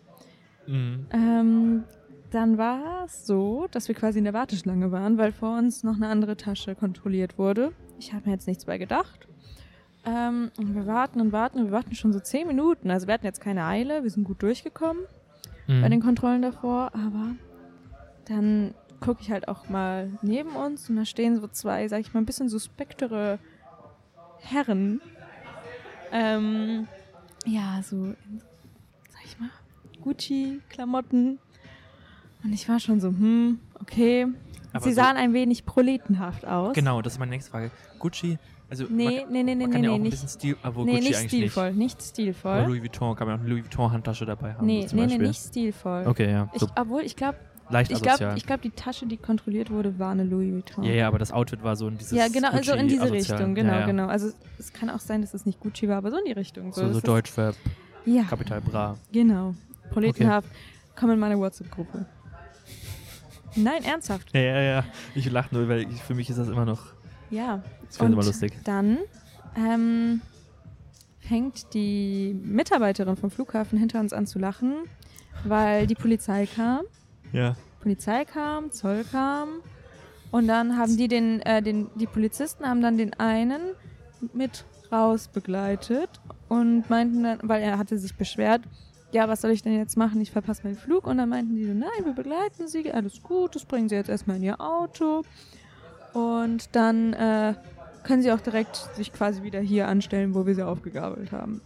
Mhm. Ähm, dann war es so, dass wir quasi in der Warteschlange waren, weil vor uns noch eine andere Tasche kontrolliert wurde. Ich habe mir jetzt nichts bei gedacht. Ähm, und wir warten und warten und wir warten schon so zehn Minuten. Also wir hatten jetzt keine Eile, wir sind gut durchgekommen Mhm. bei den Kontrollen davor, aber dann gucke ich halt auch mal neben uns und da stehen so zwei, sag ich mal, ein bisschen suspektere Herren. Ähm, ja, so, in, sag ich mal, Gucci-Klamotten. Und ich war schon so, hm, okay. Aber Sie so- sahen ein wenig proletenhaft aus. Genau, das ist meine nächste Frage. Gucci, also Nee, man, nee, nee, nee, man nee, kann ja auch nee, ein nicht, bisschen Stil, obwohl nee, Gucci nicht eigentlich stilvoll, nicht. nicht Oder stilvoll. Louis Vuitton kann man auch eine Louis Vuitton Handtasche dabei haben. Nee, zum nee, nee, Beispiel. nicht stilvoll. Okay, ja. Ich, So obwohl, ich glaube, leicht Ich glaube, asozial. glaub, die Tasche, die kontrolliert wurde, war eine Louis Vuitton. ja, ja, aber das Outfit war so in dieses ja genau, also in diese Gucci-asozial. Richtung, genau, ja, ja. genau. Also es- es kann auch sein, dass es nicht Gucci war, aber so in die Richtung. So, das so ist- Deutschrap, Ja, Kapital Bra. genau. Proletenhaft. Komm in meine WhatsApp-Gruppe. Nein, ernsthaft. Ja, ja, ja. Ich lache nur, weil ich, für mich ist das immer noch, Ja. ich finde Und immer lustig. Dann ähm, fängt die Mitarbeiterin vom Flughafen hinter uns an zu lachen, weil die Polizei kam. Ja. Polizei kam, Zoll kam und dann haben die den, äh, den die Polizisten haben dann den einen mit raus begleitet und meinten dann, weil er hatte sich beschwert, ja, was soll ich denn jetzt machen? Ich verpasse meinen Flug. Und dann meinten die, so, nein, wir begleiten sie, alles gut, das bringen sie jetzt erstmal in ihr Auto. Und dann äh, können sie auch direkt sich quasi wieder hier anstellen, wo wir sie aufgegabelt haben.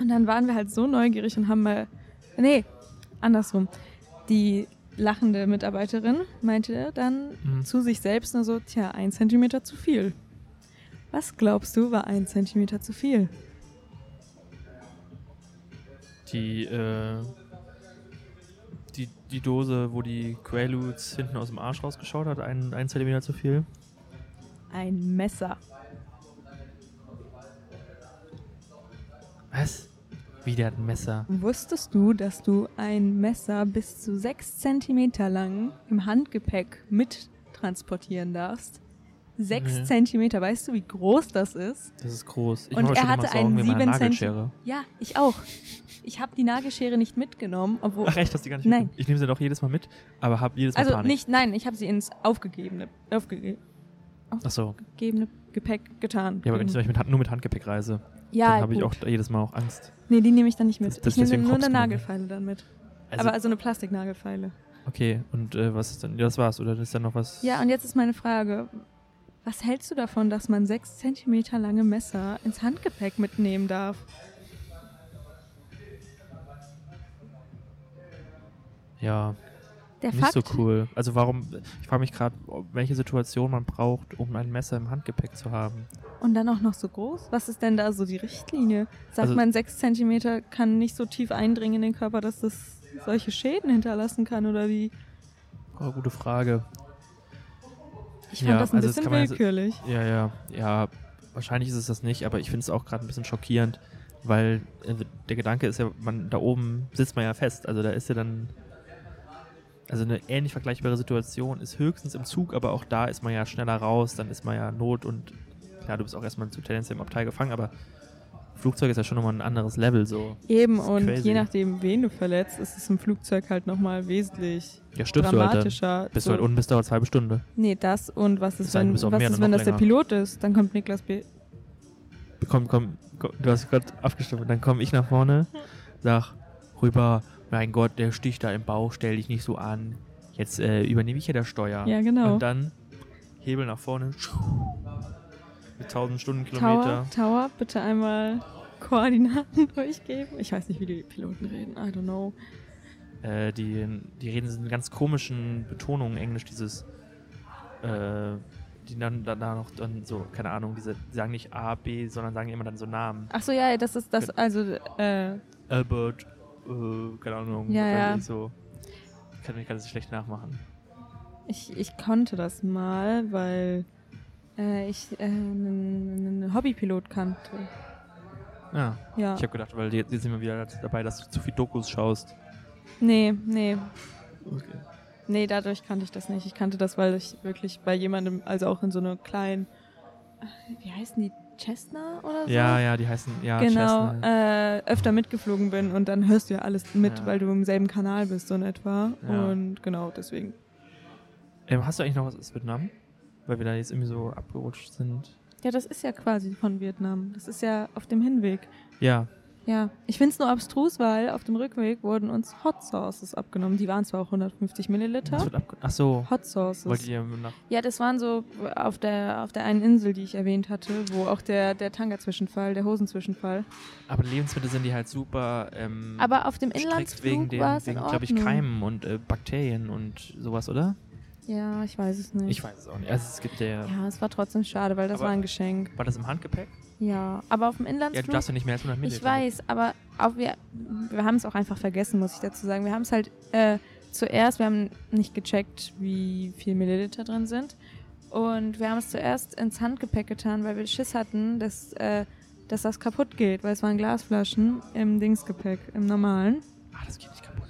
Und dann waren wir halt so neugierig und haben mal Nee, andersrum. Die lachende Mitarbeiterin meinte dann Mhm. zu sich selbst nur so, tja, ein Zentimeter zu viel. Was glaubst du, war ein Zentimeter zu viel? Die, äh, die, die Dose, wo die Quaaludes hinten aus dem Arsch rausgeschaut hat, ein, ein Zentimeter zu viel. Ein Messer. Was? Wie, der hat ein Messer. Wusstest du, dass du ein Messer bis zu 6 Zentimeter lang im Handgepäck mittransportieren darfst? 6 Nee. Zentimeter, weißt du, wie groß das ist? Das ist groß. Ich Und mach er schon hatte mal Sorgen einen wegen meiner 7 Zentimeter- Nagelschere. Ja, ich auch. Ich habe die Nagelschere nicht mitgenommen, obwohl. Ach echt, hast du die gar nicht Oh. Nein. mitgenommen? Ich nehme sie doch jedes Mal mit, aber habe jedes Mal also Panik. nicht, nein, ich habe sie ins aufgegebene, aufgegebene Ach so. Gepäck getan. Ja, aber wenn ich zum Beispiel mit, Hand- nur mit Handgepäck reise, ja, dann habe ich gut. auch jedes Mal auch Angst. Nee, die nehme ich dann nicht mit. Das- das ich nehme deswegen nur eine kommst du noch nicht. Nagelfeile dann mit. Also, aber also eine Plastiknagelfeile. okay, und äh, was ist denn? Ja, das war's, oder ist da noch was? Ja, und jetzt ist meine Frage. Was hältst du davon, dass man sechs Zentimeter lange Messer ins Handgepäck mitnehmen darf? ja Der nicht Fakt, so cool. Also warum, ich frage mich gerade, welche Situation man braucht, um ein Messer im Handgepäck zu haben. Und dann auch noch so groß? Was ist denn da so die Richtlinie? Sagt Also- man, sechs Zentimeter kann nicht so tief eindringen in den Körper, dass das solche Schäden hinterlassen kann oder wie? Oh, gute Frage. Ich fand Ja, das ein also das bisschen kann man jetzt- willkürlich. Ja, ja, ja, wahrscheinlich ist es das nicht, aber ich finde es auch gerade ein bisschen schockierend, weil äh, der Gedanke ist ja, man da oben sitzt man ja fest, also da ist ja dann also eine ähnlich vergleichbare Situation ist höchstens im Zug, aber auch da ist man ja schneller raus, dann ist man ja Not und klar, du bist auch erstmal zu tendenziell im Abteil gefangen, aber Flugzeug ist ja schon nochmal ein anderes Level so. Eben, ist und crazy. je nachdem, wen du verletzt, ist es im Flugzeug halt nochmal wesentlich Ja, stirbst du halt dann. dramatischer. Bist so. du halt unten, bist du aber zwei Stunden. Nee, das und was Es ist, sei denn, du wenn, bist auf was mehr, ist, dann wenn noch das der länger. Pilot ist? Dann kommt Niklas B. komm, komm, komm du hast gerade abgestimmt. Dann komme ich nach vorne, sag rüber, mein Gott, der sticht da im Bauch, stell dich nicht so an. Jetzt äh, übernehme ich ja das Steuer. Ja, genau. Und dann Hebel nach vorne. Mit 1000 Stundenkilometer. Tower, Tower, bitte einmal Koordinaten durchgeben. Ich weiß nicht, wie die Piloten reden. I don't know. Äh, die, die reden in ganz komischen Betonungen Englisch, dieses. Äh, die dann danach noch dann so, keine Ahnung, diese, die sagen nicht A, B, sondern sagen immer dann so Namen. Ach so, ja, das ist das, also, äh, Albert, äh, keine Ahnung, Ja, was weiß ja. ich so. Ich kann, ich kann das schlecht nachmachen. ich, ich konnte das mal, weil äh, ich äh, einen einen Hobbypilot kannte. Ja. Ja. Ich habe gedacht, weil jetzt jetzt sind wir wieder dabei, dass du zu viel Dokus schaust. Nee, nee, Okay. Nee, dadurch kannte ich das nicht. Ich kannte das, weil ich wirklich bei jemandem, also auch in so einer kleinen, äh, wie heißen die, Cessna oder so? Ja, ja, die heißen, halt. ja, Genau, Chestnut. äh, öfter mitgeflogen bin und dann hörst du ja alles mit, Ja. weil du im selben Kanal bist, so in etwa. Ja. Und genau, deswegen. ähm, hast du eigentlich noch was aus Vietnam? Weil wir da jetzt irgendwie so abgerutscht sind. Ja, das ist ja quasi von Vietnam. Das ist ja auf dem Hinweg. Ja, Ja, ich finde es nur abstrus, weil auf dem Rückweg wurden uns Hot Sauces abgenommen. Die waren zwar auch 150 das Milliliter. wird abge... Ach so, Hot Sauces. wollt ihr nach... Ja, das waren so auf der, auf der einen Insel, die ich erwähnt hatte, wo auch der, der Tanga-Zwischenfall, der Hosenzwischenfall. Hm. Aber Lebensmittel sind die halt super... Ähm, Aber auf dem strikt Inlandsflug wegen, dem- war es in wegen Ordnung. glaube ich, Keimen und äh, Bakterien und sowas, oder? Ja, ich weiß es nicht. Ich weiß es auch nicht. Also es gibt ja... Ja, es war trotzdem schade, weil das Aber- war ein Geschenk. War das im Handgepäck? Ja, aber auf dem Ja, du Inlandsflug. darfst ja nicht mehr als 100 Milliliter. ich weiß, aber auch wir, wir haben es auch einfach vergessen, muss ich dazu sagen. Wir haben es halt äh, zuerst, wir haben nicht gecheckt, wie viel Milliliter drin sind. Und wir haben es zuerst ins Handgepäck getan, weil wir Schiss hatten, dass, äh, dass das kaputt geht, weil es waren Glasflaschen im Dingsgepäck, im normalen. Ah, das geht nicht kaputt.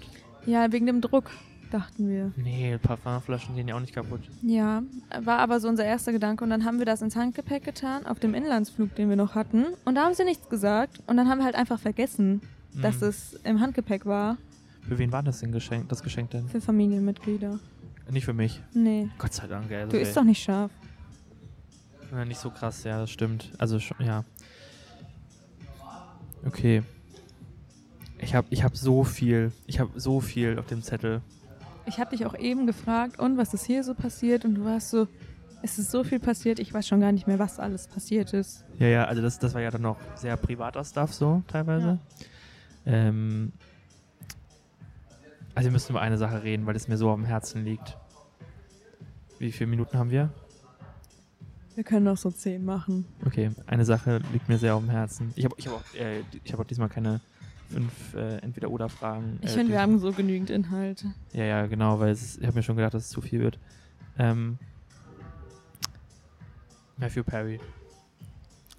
Ja, wegen dem Druck, dachten wir. Nee, Parfumflaschen gehen ja auch nicht kaputt. Ja, war aber so unser erster Gedanke. Und dann haben wir das ins Handgepäck getan, auf dem Inlandsflug, den wir noch hatten. Und da haben sie nichts gesagt. Und dann haben wir halt einfach vergessen, dass Mhm. es im Handgepäck war Für wen war das denn Geschenk, das Geschenk denn? für Familienmitglieder. Nicht für mich. Nee, Gott sei Dank, ey. du isst doch nicht scharf. Ja, nicht so krass, ja, das stimmt. Also schon, ja. Okay. Ich habe ich hab so viel, ich habe so viel auf dem Zettel. Ich habe dich auch eben gefragt, und was ist hier so passiert? Und du warst so, es ist so viel passiert, ich weiß schon gar nicht mehr, was alles passiert ist. Ja, ja, also das, das war ja dann noch sehr privater Stuff so teilweise. Ähm, Also wir müssen über eine Sache reden, weil es mir so am Herzen liegt. Wie viele Minuten haben wir? Wir können noch so zehn machen. Okay, eine Sache liegt mir sehr auf dem Herzen. Ich habe ich hab auch, äh, ich hab auch diesmal keine fünf äh, Entweder-Oder-Fragen. äh, Ich finde, dies- wir haben so genügend Inhalt. Ja, ja, genau, weil es, ich habe mir schon gedacht, dass es zu viel wird. Ähm, Matthew Perry.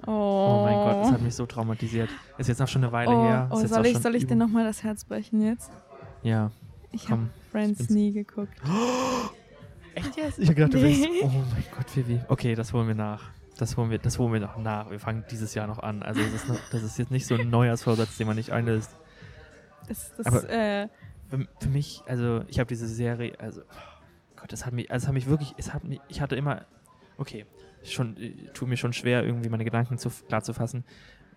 Oh, Oh, mein Gott, das hat mich so traumatisiert. Ist jetzt noch schon eine Weile her. Oh, Ist oh, jetzt auch soll, ich, schon soll ich über- dir nochmal das Herz brechen jetzt? Ja. Ich habe Komm, ich Friends bin's. nie geguckt. Echt jetzt? Ich habe gedacht, du Nee. willst. Oh mein Gott, Vivi. Okay, das holen wir nach. Das holen wir, das holen wir noch nach. Wir fangen dieses Jahr noch an. Also das ist, noch, das ist jetzt nicht so ein Neujahrsvorsatz, den man nicht einlöst. Ist das, Aber- äh, für, für mich, also ich habe diese Serie, also Gott, das hat mich, also es hat mich wirklich, es hat mich, ich hatte immer, okay, schon, äh, tut mir schon schwer, irgendwie meine Gedanken zu, klar zu fassen,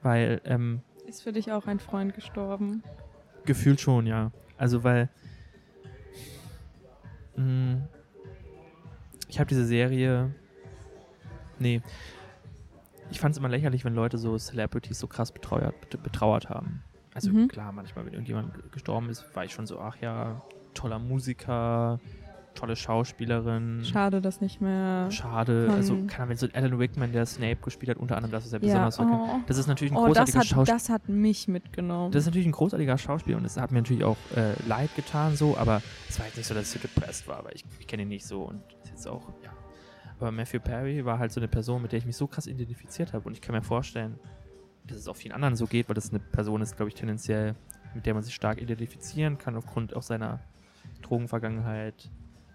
weil, ähm, ist für dich auch ein Freund gestorben? gefühlt schon, ja. Also weil, mh, ich habe diese Serie, nee, ich fand es immer lächerlich, wenn Leute so Celebrities so krass betreuert, betrauert haben. Also Mhm. klar, manchmal, wenn irgendjemand ge- gestorben ist, war ich schon so, ach ja, toller Musiker, tolle Schauspielerin. Schade, dass nicht mehr. Schade. Von- Also, keine Ahnung, wenn so Alan Rickman, der Snape gespielt hat, unter anderem, das ist ja ja, besonders verkannt. oh, Das ist natürlich ein oh das, großartiger hat, Schauspieler. das hat mich mitgenommen. Das ist natürlich ein großartiger Schauspieler und es hat mir natürlich auch äh, leid getan, so, aber es war jetzt nicht so, dass ich so depressed war, aber ich, ich kenne ihn nicht so und ist jetzt auch, ja. Aber Matthew Perry war halt so eine Person, mit der ich mich so krass identifiziert habe und ich kann mir vorstellen, dass es auch vielen anderen so geht, weil das eine Person ist, glaube ich, tendenziell, mit der man sich stark identifizieren kann, aufgrund auch seiner Drogenvergangenheit,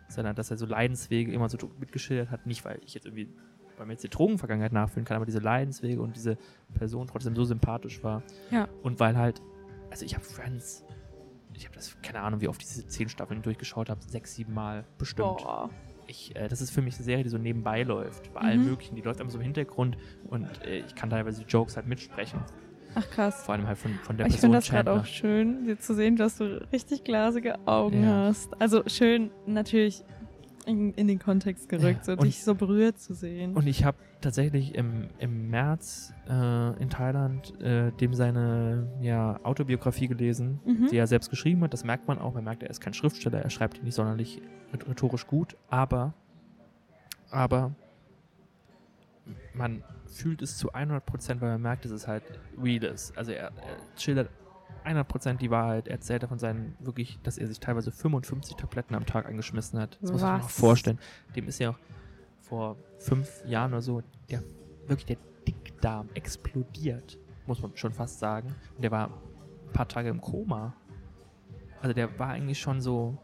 seiner, dass er so Leidenswege immer so mitgeschildert hat, nicht weil ich jetzt irgendwie weil mir jetzt die Drogenvergangenheit nachfühlen kann, aber diese Leidenswege und diese Person trotzdem so sympathisch war. Ja. Und weil halt, also ich habe Friends, ich habe das, keine Ahnung, wie oft ich diese zehn Staffeln durchgeschaut habe, sechs, sieben Mal bestimmt. Boah. Ich, äh, das ist für mich eine Serie, die so nebenbei läuft, bei allen Mhm. möglichen, die läuft immer so im Hintergrund und äh, ich kann teilweise die Jokes halt mitsprechen, Ach krass. vor allem halt von, von der ich Person finde das gerade Chandler. auch schön, dir zu sehen, dass du richtig glasige Augen Ja. hast. Also schön natürlich in, in den Kontext gerückt, Ja, so und- dich so berührt zu sehen. Und ich habe tatsächlich im, im März äh, in Thailand äh, dem seine ja, Autobiografie gelesen, Mhm. die er selbst geschrieben hat. Das merkt man auch. Man merkt, er ist kein Schriftsteller. Er schreibt die nicht sonderlich rhet- rhetorisch gut. Aber, aber man fühlt es zu 100 Prozent, weil man merkt, dass es halt real ist. Also er, er schildert 100 Prozent die Wahrheit. Er erzählt davon seinen wirklich, dass er sich teilweise 55 Tabletten am Tag eingeschmissen hat. Das muss man sich mal Was? vorstellen. Dem ist ja auch vor fünf Jahren oder so der wirklich der Dickdarm explodiert, muss man schon fast sagen. Und der war ein paar Tage im Koma. Also der war eigentlich schon so,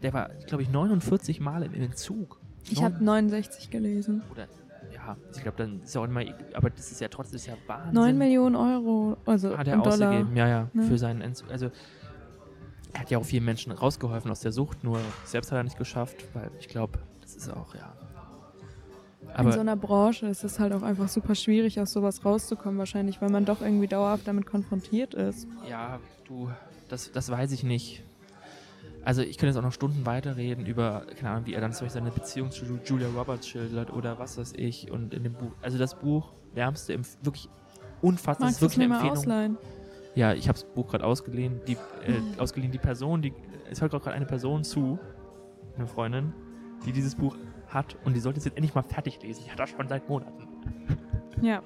der war, glaube ich, 49 Mal im Entzug. ich habe 69 gelesen. Oder, ja, ich glaube, dann ist ja auch immer, aber das ist ja trotzdem, das ist ja Wahnsinn. 9 Millionen Euro, also hat er in Dollar. ausgegeben, ja, ja, Ne? für seinen Entzug. Also, er hat ja auch vielen Menschen rausgeholfen aus der Sucht, nur selbst hat er nicht geschafft, weil ich glaube, das ist auch, ja. in Aber so einer Branche ist es halt auch einfach super schwierig, aus sowas rauszukommen wahrscheinlich, weil man doch irgendwie dauerhaft damit konfrontiert ist. Ja, du, das, das weiß ich nicht. Also ich könnte jetzt auch noch Stunden weiterreden über, keine Ahnung, wie er dann zum Beispiel seine Beziehung zu Ju- Julia Roberts schildert oder was weiß ich. Und in dem Buch, also das Buch, wärmste, Empf wirklich unfassbar, das ist Magst du es wirklich mir eine mal Empfehlung. ausleihen? Ja, ich habe das Buch gerade ausgeliehen. Die, Ah. äh, ausgeliehen, die Person, die, es hört gerade eine Person zu, eine Freundin, die dieses Buch hat und die sollte es jetzt endlich mal fertig lesen. Die hat das schon seit Monaten. Ja.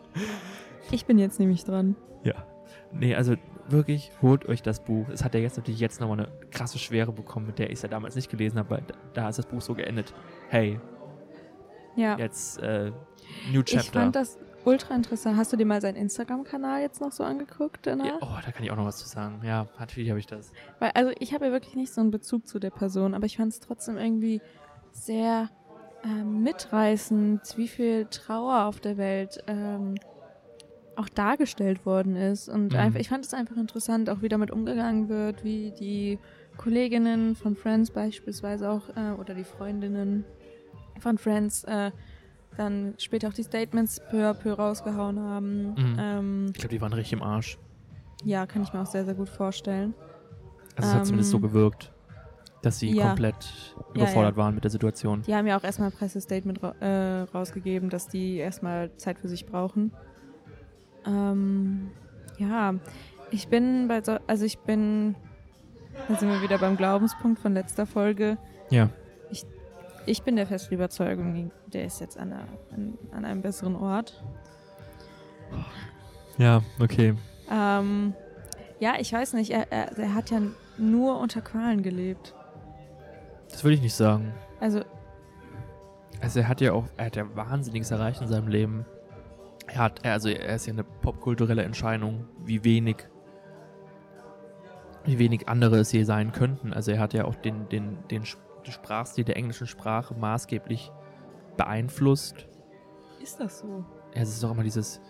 Ich bin jetzt nämlich dran. Ja. Nee, also wirklich, holt euch das Buch. Es hat ja jetzt natürlich jetzt nochmal eine krasse Schwere bekommen, mit der ich es ja damals nicht gelesen habe, weil da- da ist das Buch so geendet. Hey, Ja. jetzt äh, New Chapter. Ich fand das ultra interessant. Hast du dir mal seinen Instagram-Kanal jetzt noch so angeguckt danach? ja, oh, da kann ich auch noch was zu sagen. Ja, natürlich habe ich das. Weil, also ich habe ja wirklich nicht so einen Bezug zu der Person, aber ich fand es trotzdem irgendwie sehr ähm, mitreißend, wie viel Trauer auf der Welt ähm, auch dargestellt worden ist. Und Mhm. einfach, ich fand es einfach interessant, auch wie damit umgegangen wird, wie die Kolleginnen von Friends beispielsweise auch äh, oder die Freundinnen von Friends äh, dann später auch die Statements peu à peu rausgehauen haben. Mhm. Ähm, Ich glaube, die waren richtig im Arsch. ja, kann ich mir auch sehr, sehr gut vorstellen. Also es hat Ähm, zumindest so gewirkt, dass sie ja. komplett Ja, überfordert ja. waren mit der Situation. Die haben ja auch erstmal ein Pressestatement ra äh, rausgegeben, dass die erstmal Zeit für sich brauchen. Ähm, ja, ich bin bei so, also ich bin Da sind wir wieder beim Glaubenspunkt von letzter Folge. Ja. Ich bin der festen Überzeugung, der ist jetzt an, einer, an, an einem besseren Ort. Ja, okay. Ähm, ja, ich weiß nicht, er, er, er hat ja nur unter Qualen gelebt. Das würde ich nicht sagen. Also, Also er hat ja auch, er hat ja Wahnsinniges erreicht in seinem Leben. Er hat, er- also er ist ja eine popkulturelle Entscheidung, wie wenig, wie wenig andere es je sein könnten. Also er hat ja auch den, den, den, Sp- den Sprachstil der englischen Sprache maßgeblich beeinflusst. ist das so? Ja, es ist doch immer dieses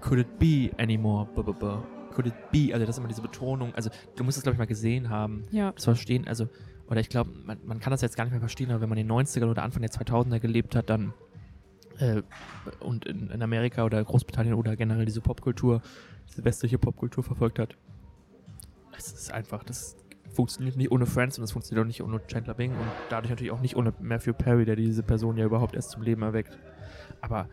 Could it be anymore? B -b -b. Could it be? Also das ist immer diese Betonung. Also du musst es, glaube ich, mal gesehen haben Ja. zu verstehen, also, oder ich glaube, man, man kann das jetzt gar nicht mehr verstehen, aber wenn man in den 90ern oder Anfang der 2000er gelebt hat, dann äh, und in, in Amerika oder Großbritannien oder generell diese Popkultur, diese westliche Popkultur verfolgt hat, es ist einfach, das funktioniert nicht ohne Friends und das funktioniert auch nicht ohne Chandler Bing und dadurch natürlich auch nicht ohne Matthew Perry, der diese Person ja überhaupt erst zum Leben erweckt. Aber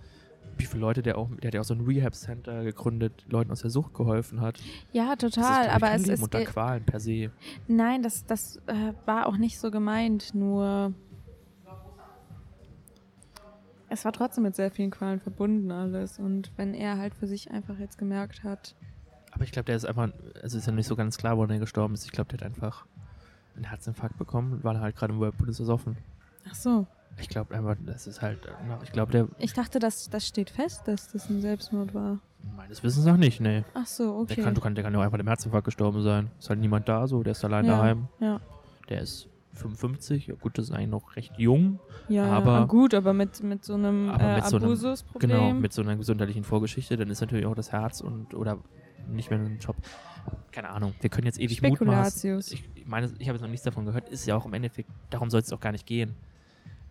wie viele Leute, der auch, der hat ja auch so ein Rehab-Center gegründet, Leuten aus der Sucht geholfen hat. Ja, Das ist, total, glaub ich, aber kein es Leben ist. unter Qualen per se. Nein, das, das äh, war auch nicht so gemeint, nur. Es war trotzdem mit sehr vielen Qualen verbunden alles. Und wenn er halt für sich einfach jetzt gemerkt hat, Aber ich glaube, der ist einfach, also ist ja nicht so ganz klar, woran er gestorben ist. Ich glaube, der hat einfach einen Herzinfarkt bekommen und war halt gerade im Whirlpool und ist offen. ach so, Ich glaube einfach, das ist halt, ich glaube, der, ich dachte, das, das steht fest, dass das ein Selbstmord war. meines Wissens noch nicht, nee. Ach so, okay. Der, kann, der kann ja auch einfach dem Herzinfarkt gestorben sein. Ist halt niemand da, so, der ist allein ja, daheim. Ja, Der ist 55, ja, gut, das ist eigentlich noch recht jung. ja Aber- aber, gut, aber mit, mit so einem Aber äh, mit so einem- Abusus-Problem. Genau, mit so einer gesundheitlichen Vorgeschichte, dann ist natürlich auch das Herz und, oder nicht mehr ein Job. Keine Ahnung, wir können jetzt ewig mutmaßen. Spekulatius. Ich ich meine, ich habe jetzt noch nichts davon gehört. Ist ja auch im Endeffekt, darum soll es auch gar nicht gehen.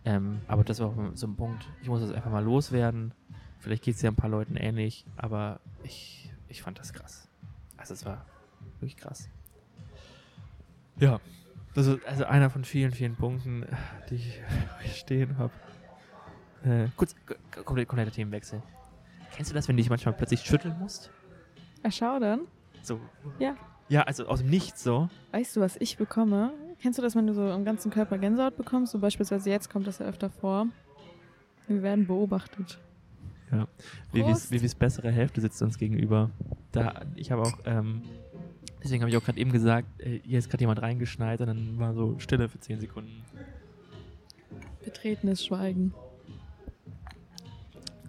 Ähm, aber das war auch so ein Punkt. Ich muss das einfach mal loswerden. Vielleicht geht es ja ein paar Leuten ähnlich, aber ich, ich fand das krass. Also es war wirklich krass. Ja, das ist also einer von vielen, vielen Punkten, die ich hier stehen habe. Äh, kurz, k- k- komplett, kompletter Themenwechsel. Kennst du das, wenn du dich manchmal plötzlich schütteln musst? Erschaudern. So. Ja. Ja, also aus dem Nichts so. Weißt du, was ich bekomme? Kennst du das, wenn du so am ganzen Körper Gänsehaut bekommst? So beispielsweise jetzt kommt das ja öfter vor. Wir werden beobachtet. Vivis, Prost. Vivis bessere Hälfte sitzt uns gegenüber. Da, ich habe auch, ähm, deswegen habe ich auch gerade eben gesagt, äh, hier ist gerade jemand reingeschneit und dann war so Stille für 10 Sekunden. Betretenes Schweigen.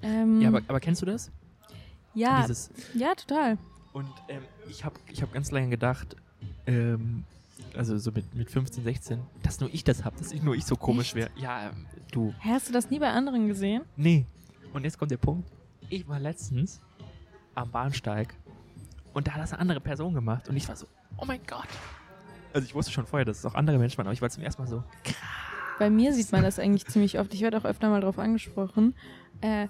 Ähm, Ja, aber, aber kennst du das? ja, Dieses, ja, total. und ähm, ich habe ich hab ganz lange gedacht, ähm, also so mit, mit 15, 16, dass nur ich das habe, dass ich nur ich so komisch Echt? wäre. Ja, ähm, du, Hä, Hast du das nie bei anderen gesehen? Nee. Und jetzt kommt der Punkt. Ich war letztens am Bahnsteig und da hat das eine andere Person gemacht und ich war so, oh mein Gott. Also ich wusste schon vorher, dass es auch andere Menschen waren, aber ich war zum ersten Mal so, Bei mir sieht man das eigentlich ziemlich oft. Ich werde auch öfter mal drauf angesprochen. Äh,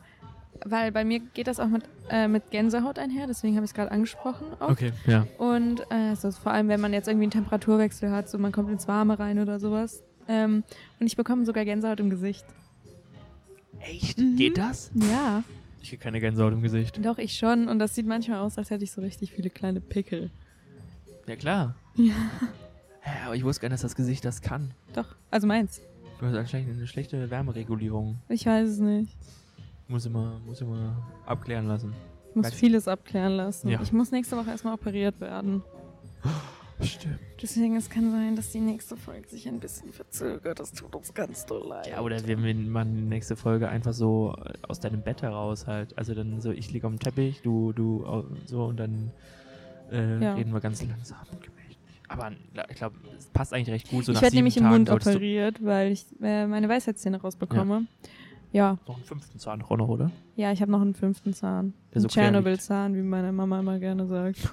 weil bei mir geht das auch mit, äh, mit Gänsehaut einher, deswegen habe ich es gerade angesprochen. oh, Auch. ja. Und äh, so, vor allem, wenn man jetzt irgendwie einen Temperaturwechsel hat, so man kommt ins Warme rein oder sowas. Ähm, und ich bekomme sogar Gänsehaut im Gesicht. Echt? Mhm. Geht das? Ja, Ich kriege keine Gänsehaut im Gesicht. doch, ich schon. Und das sieht manchmal aus, als hätte ich so richtig viele kleine Pickel. Ja, klar. Ja. Hä, aber ich wusste gar nicht, dass das Gesicht das kann. Doch, also meins. Du hast anscheinend eine schlechte Wärmeregulierung. Ich weiß es nicht. Muss immer, muss immer abklären lassen. Ich muss Weißt- vieles abklären lassen. Ja. Ich muss nächste Woche erstmal operiert werden. Stimmt. Deswegen, es kann sein, dass die nächste Folge sich ein bisschen verzögert. Das tut uns ganz doll leid. Ja, oder wenn wir mal die nächste Folge einfach so äh, aus deinem Bett heraus halt. Also dann so, ich liege auf dem Teppich, du, du, au- so und dann äh, Ja. reden wir ganz langsam und gemächlich. Aber na, ich glaube, es passt eigentlich recht gut. So ich nach werde sieben nämlich im Tagen Mund solltest operiert, weil ich äh, meine Weisheitszähne rausbekomme. ja. Du noch einen fünften Zahn auch noch, oder? Ja, ich habe noch einen fünften Zahn. Der so Einen quer liegt. Tschernobyl-Zahn, wie meine Mama immer gerne sagt.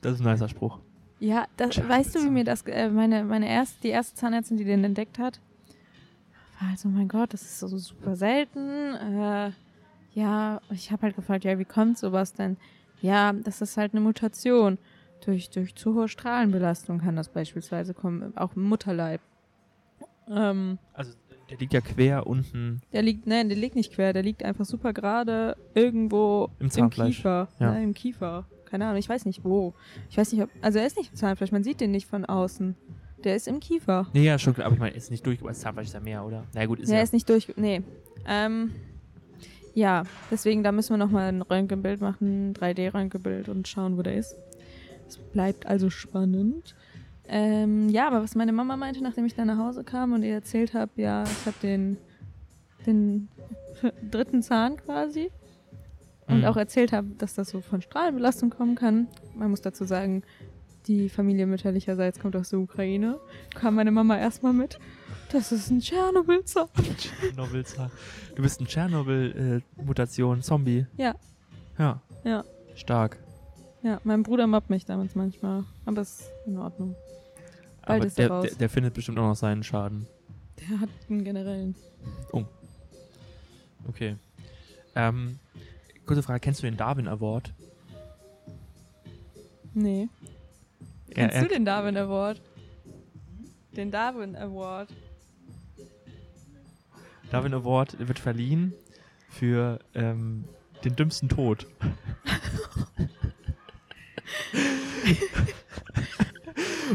Das ist ein nicer Spruch. Ja, das, weißt du, wie mir das, äh, meine, meine erste, die erste Zahnärztin, die den entdeckt hat, war halt so, mein Gott, das ist so super selten. Äh, ja, ich habe halt gefragt, ja, wie kommt sowas denn? Ja, das ist halt eine Mutation. Durch, durch zu hohe Strahlenbelastung kann das beispielsweise kommen, auch im Mutterleib. Ähm, Also der liegt ja quer unten. Der liegt, nein, der liegt nicht quer, der liegt einfach super gerade irgendwo Im im Zahnfleisch, Kiefer. ja. Nein, im Kiefer. Keine Ahnung, ich weiß nicht wo. Ich weiß nicht, ob. Also er ist nicht im Zahnfleisch, man sieht den nicht von außen. Der ist im Kiefer. Nee, ja, schon klar, aber ich meine, ist nicht durch, aber das Zahnfleisch ist ja mehr, oder? Na gut, ist Nee, ja. er ist nicht durch. Nee. Ähm, ja, deswegen, da müssen wir nochmal ein Röntgenbild machen, ein 3D-Röntgenbild und schauen, wo der ist. Es bleibt also spannend. Ähm, ja, aber was meine Mama meinte, nachdem ich da nach Hause kam und ihr erzählt habe, ja, ich habe den, den dritten Zahn quasi und Mhm. auch erzählt habe, dass das so von Strahlenbelastung kommen kann. Man muss dazu sagen, die Familie mütterlicherseits kommt aus der Ukraine. Kam meine Mama erstmal mit. Das ist ein Tschernobyl-Zahn. Tschernobyl Zahn. Du bist ein Tschernobyl-Mutation, Zombie. Ja, Ja. Ja. Stark. ja, mein Bruder mobbt mich damals manchmal. Aber ist in Ordnung. Bald aber ist er der, raus. der, der findet bestimmt auch noch seinen Schaden. Der hat einen generellen. Okay. Ähm, kurze Frage, kennst du den Darwin Award? Nee. Er- Kennst er- du den Darwin Award? Den Darwin Award. Darwin Award wird verliehen für ähm, den dümmsten Tod.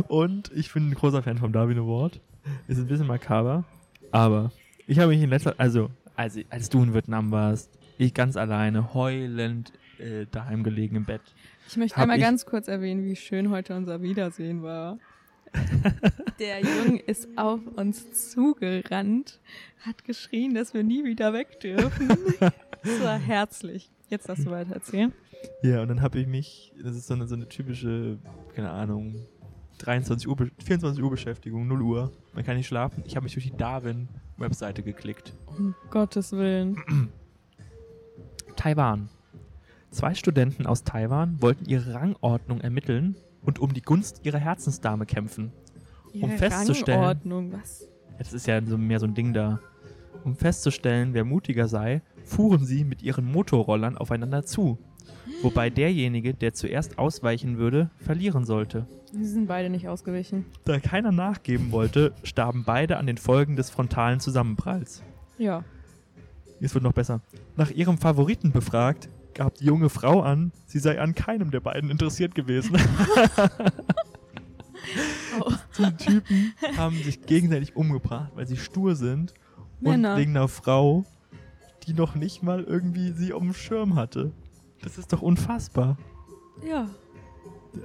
Und ich bin ein großer Fan vom Darwin Award. Ist ein bisschen makaber, aber ich habe mich in letzter also als, als du in Vietnam warst, ich ganz alleine heulend äh, daheim gelegen im Bett. Ich möchte Hab einmal ich- ganz kurz erwähnen, wie schön heute unser Wiedersehen war. Der Junge ist auf uns zugerannt, hat geschrien, dass wir nie wieder weg dürfen. Das war herzlich. Jetzt darfst du weiter erzählen. Ja, und dann habe ich mich, das ist so eine, so eine typische, keine Ahnung, 23 Uhr, Be- 24 Uhr Beschäftigung, 0 Uhr, man kann nicht schlafen. Ich habe mich durch die Darwin-Webseite geklickt. Um Gottes Willen. Taiwan. Zwei Studenten aus Taiwan wollten ihre Rangordnung ermitteln und um die Gunst ihrer Herzensdame kämpfen. Um Ja, festzustellen- Rangordnung, was? Das ist ja so mehr so ein Ding da. Um festzustellen, wer mutiger sei, fuhren sie mit ihren Motorrollern aufeinander zu. Wobei derjenige, der zuerst ausweichen würde, verlieren sollte. Sie sind beide nicht ausgewichen. Da keiner nachgeben wollte, starben beide an den Folgen des frontalen Zusammenpralls. Ja. Es wird noch besser. Nach ihrem Favoriten befragt, gab die junge Frau an, sie sei an keinem der beiden interessiert gewesen. Oh. Die Typen haben sich gegenseitig umgebracht, weil sie stur sind Männer. und wegen einer Frau, die noch nicht mal irgendwie sie auf dem Schirm hatte. Das ist doch unfassbar. Ja.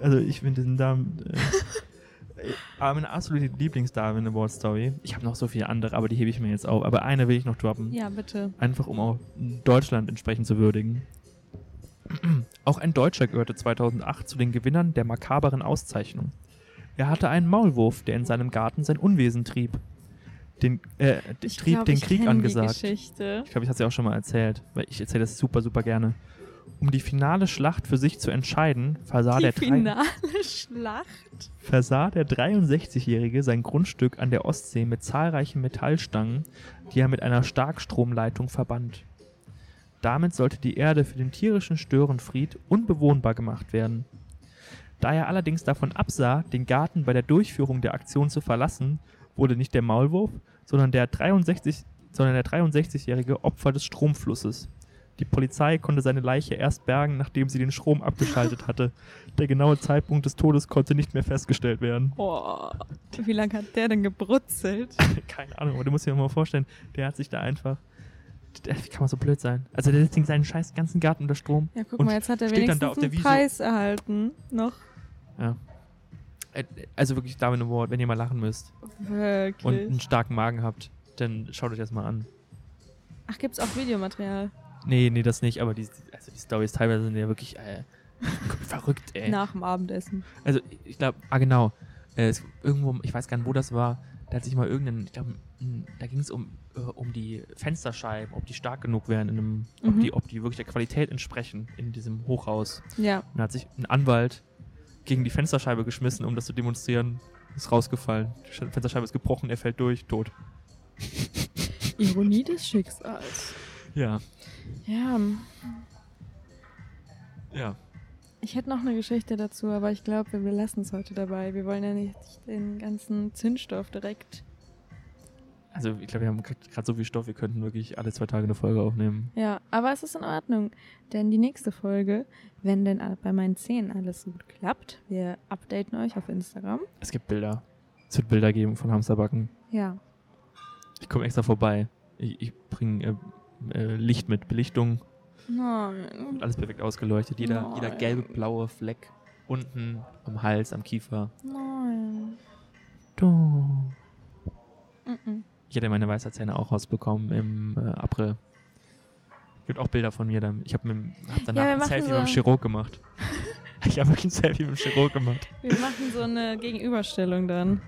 Also ich finde diesen Damen... Äh, aber meine absolute Lieblings-Darwin Award Story. Ich habe noch so viele andere, aber die hebe ich mir jetzt auf. Aber eine will ich noch droppen. Ja, bitte. einfach um auch Deutschland entsprechend zu würdigen. Auch ein Deutscher gehörte 2008 zu den Gewinnern der makaberen Auszeichnung. Er hatte einen Maulwurf, der in seinem Garten sein Unwesen trieb. Den, äh, d- trieb glaub, den ich Krieg kenn Die angesagt. Geschichte. Ich glaube, ich hatte sie auch schon mal erzählt, weil ich erzähle das super, super gerne. Um die finale Schlacht für sich zu entscheiden, versah die der drei finale Schlacht. versah der 63-Jährige sein Grundstück an der Ostsee mit zahlreichen Metallstangen, die er mit einer Starkstromleitung verband. Damit sollte die Erde für den tierischen Störenfried unbewohnbar gemacht werden. Da er allerdings davon absah, den Garten bei der Durchführung der Aktion zu verlassen, wurde nicht der Maulwurf, sondern der 63 sondern der 63-jährige Opfer des Stromflusses. Die Polizei konnte seine Leiche erst bergen, nachdem sie den Strom abgeschaltet hatte. Der genaue Zeitpunkt des Todes konnte nicht mehr festgestellt werden. Oh, wie lange hat der denn gebrutzelt? Keine Ahnung, aber du musst dir mal vorstellen, der hat sich da einfach. Der, wie kann man so blöd sein? Also der Ding seinen scheiß ganzen Garten unter Strom. Ja, guck Und mal, jetzt hat er steht dann wenigstens da auf der einen Wiese. Preis erhalten. Noch Ja. Äh, Also wirklich Darwin Award, wenn ihr mal lachen müsst und wirklich. einen starken Magen habt, dann schaut euch das mal an. Ach, gibt's auch Videomaterial? Nee, nee, das nicht, aber die, also die Storys teilweise sind ja wirklich äh, verrückt, ey. Nach dem Abendessen. Also ich glaube, ah genau, äh, es, irgendwo, ich weiß gar nicht, wo das war, da hat sich mal irgendein, ich glaube, da ging es um, äh, um die Fensterscheiben, ob die stark genug wären, in einem, ob, Mhm. die, ob die wirklich der Qualität entsprechen in diesem Hochhaus. Ja. Und da hat sich ein Anwalt gegen die Fensterscheibe geschmissen, um das zu demonstrieren. Ist rausgefallen. Die Sch- Fensterscheibe ist gebrochen, er fällt durch, tot. Ironie des Schicksals. Ja, Ja, ja. ich hätte noch eine Geschichte dazu, aber ich glaube, wir belassen es heute dabei. Wir wollen ja nicht den ganzen Zündstoff direkt Also ich glaube, wir haben gerade so viel Stoff, wir könnten wirklich alle zwei Tage eine Folge aufnehmen. Ja, aber es ist in Ordnung, denn die nächste Folge, wenn denn all- bei meinen Zähnen alles gut klappt, wir updaten euch auf Instagram. Es gibt Bilder. Es wird Bilder geben von Hamsterbacken. Ja, Ich komme extra vorbei. Ich, ich bringe äh, äh, Licht mit, Belichtung. Nein. Alles perfekt ausgeleuchtet. Jeder, Nein. jeder gelbe, blaue Fleck unten am Hals, am Kiefer. Nein. Du. Mhm. Ich hätte meine Weisheitszähne auch rausbekommen im äh, April. Gibt auch Bilder von mir. Dann. Ich habe hab danach wir ein machen Selfie so- mit dem Chirurg gemacht. ich habe ein Selfie mit dem Chirurg gemacht. Wir machen so eine Gegenüberstellung dann.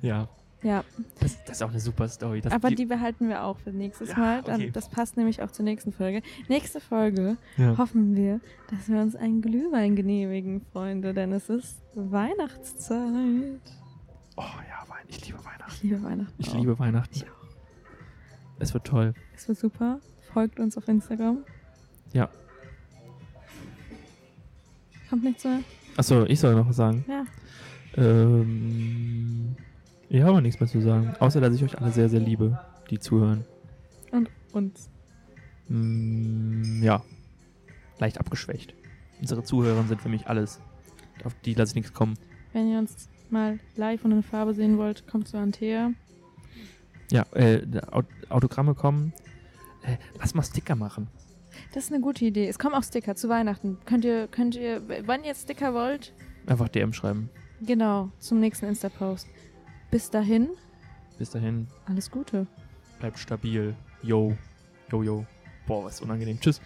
Ja. Ja, Das, das ist auch eine super Story. Das, aber die behalten wir auch für nächstes Ja, Mal. Dann, okay. Das passt nämlich auch zur nächsten Folge. Nächste Folge ja. hoffen wir, dass wir uns einen Glühwein genehmigen, Freunde, denn es ist Weihnachtszeit. Oh ja, Wein. Ich liebe Weihnachten. Ich liebe Weihnachten. Ich auch. liebe Weihnachten. Ich auch. Es wird toll. Es wird super. Folgt uns auf Instagram. Ja. Kommt nichts mehr? Achso, ich soll noch was sagen. Ja. Ähm, ich habe auch nichts mehr zu sagen. Außer, dass ich euch alle sehr, sehr liebe, die zuhören. Und uns. Mm, ja. Leicht abgeschwächt. Unsere Zuhörer sind für mich alles. Auf die lasse ich nichts kommen. Wenn ihr uns mal live und in Farbe sehen wollt, kommt zu Antea. Ja, äh, Aut- Autogramme kommen. Äh, lass mal Sticker machen. Das ist eine gute Idee. Es kommen auch Sticker zu Weihnachten. Könnt ihr, könnt ihr, wann ihr Sticker wollt, Einfach DM schreiben. genau, zum nächsten Insta-Post. Bis dahin, Bis dahin, alles Gute. bleibt stabil. Yo. Yo, yo. Boah, was unangenehm. Tschüss.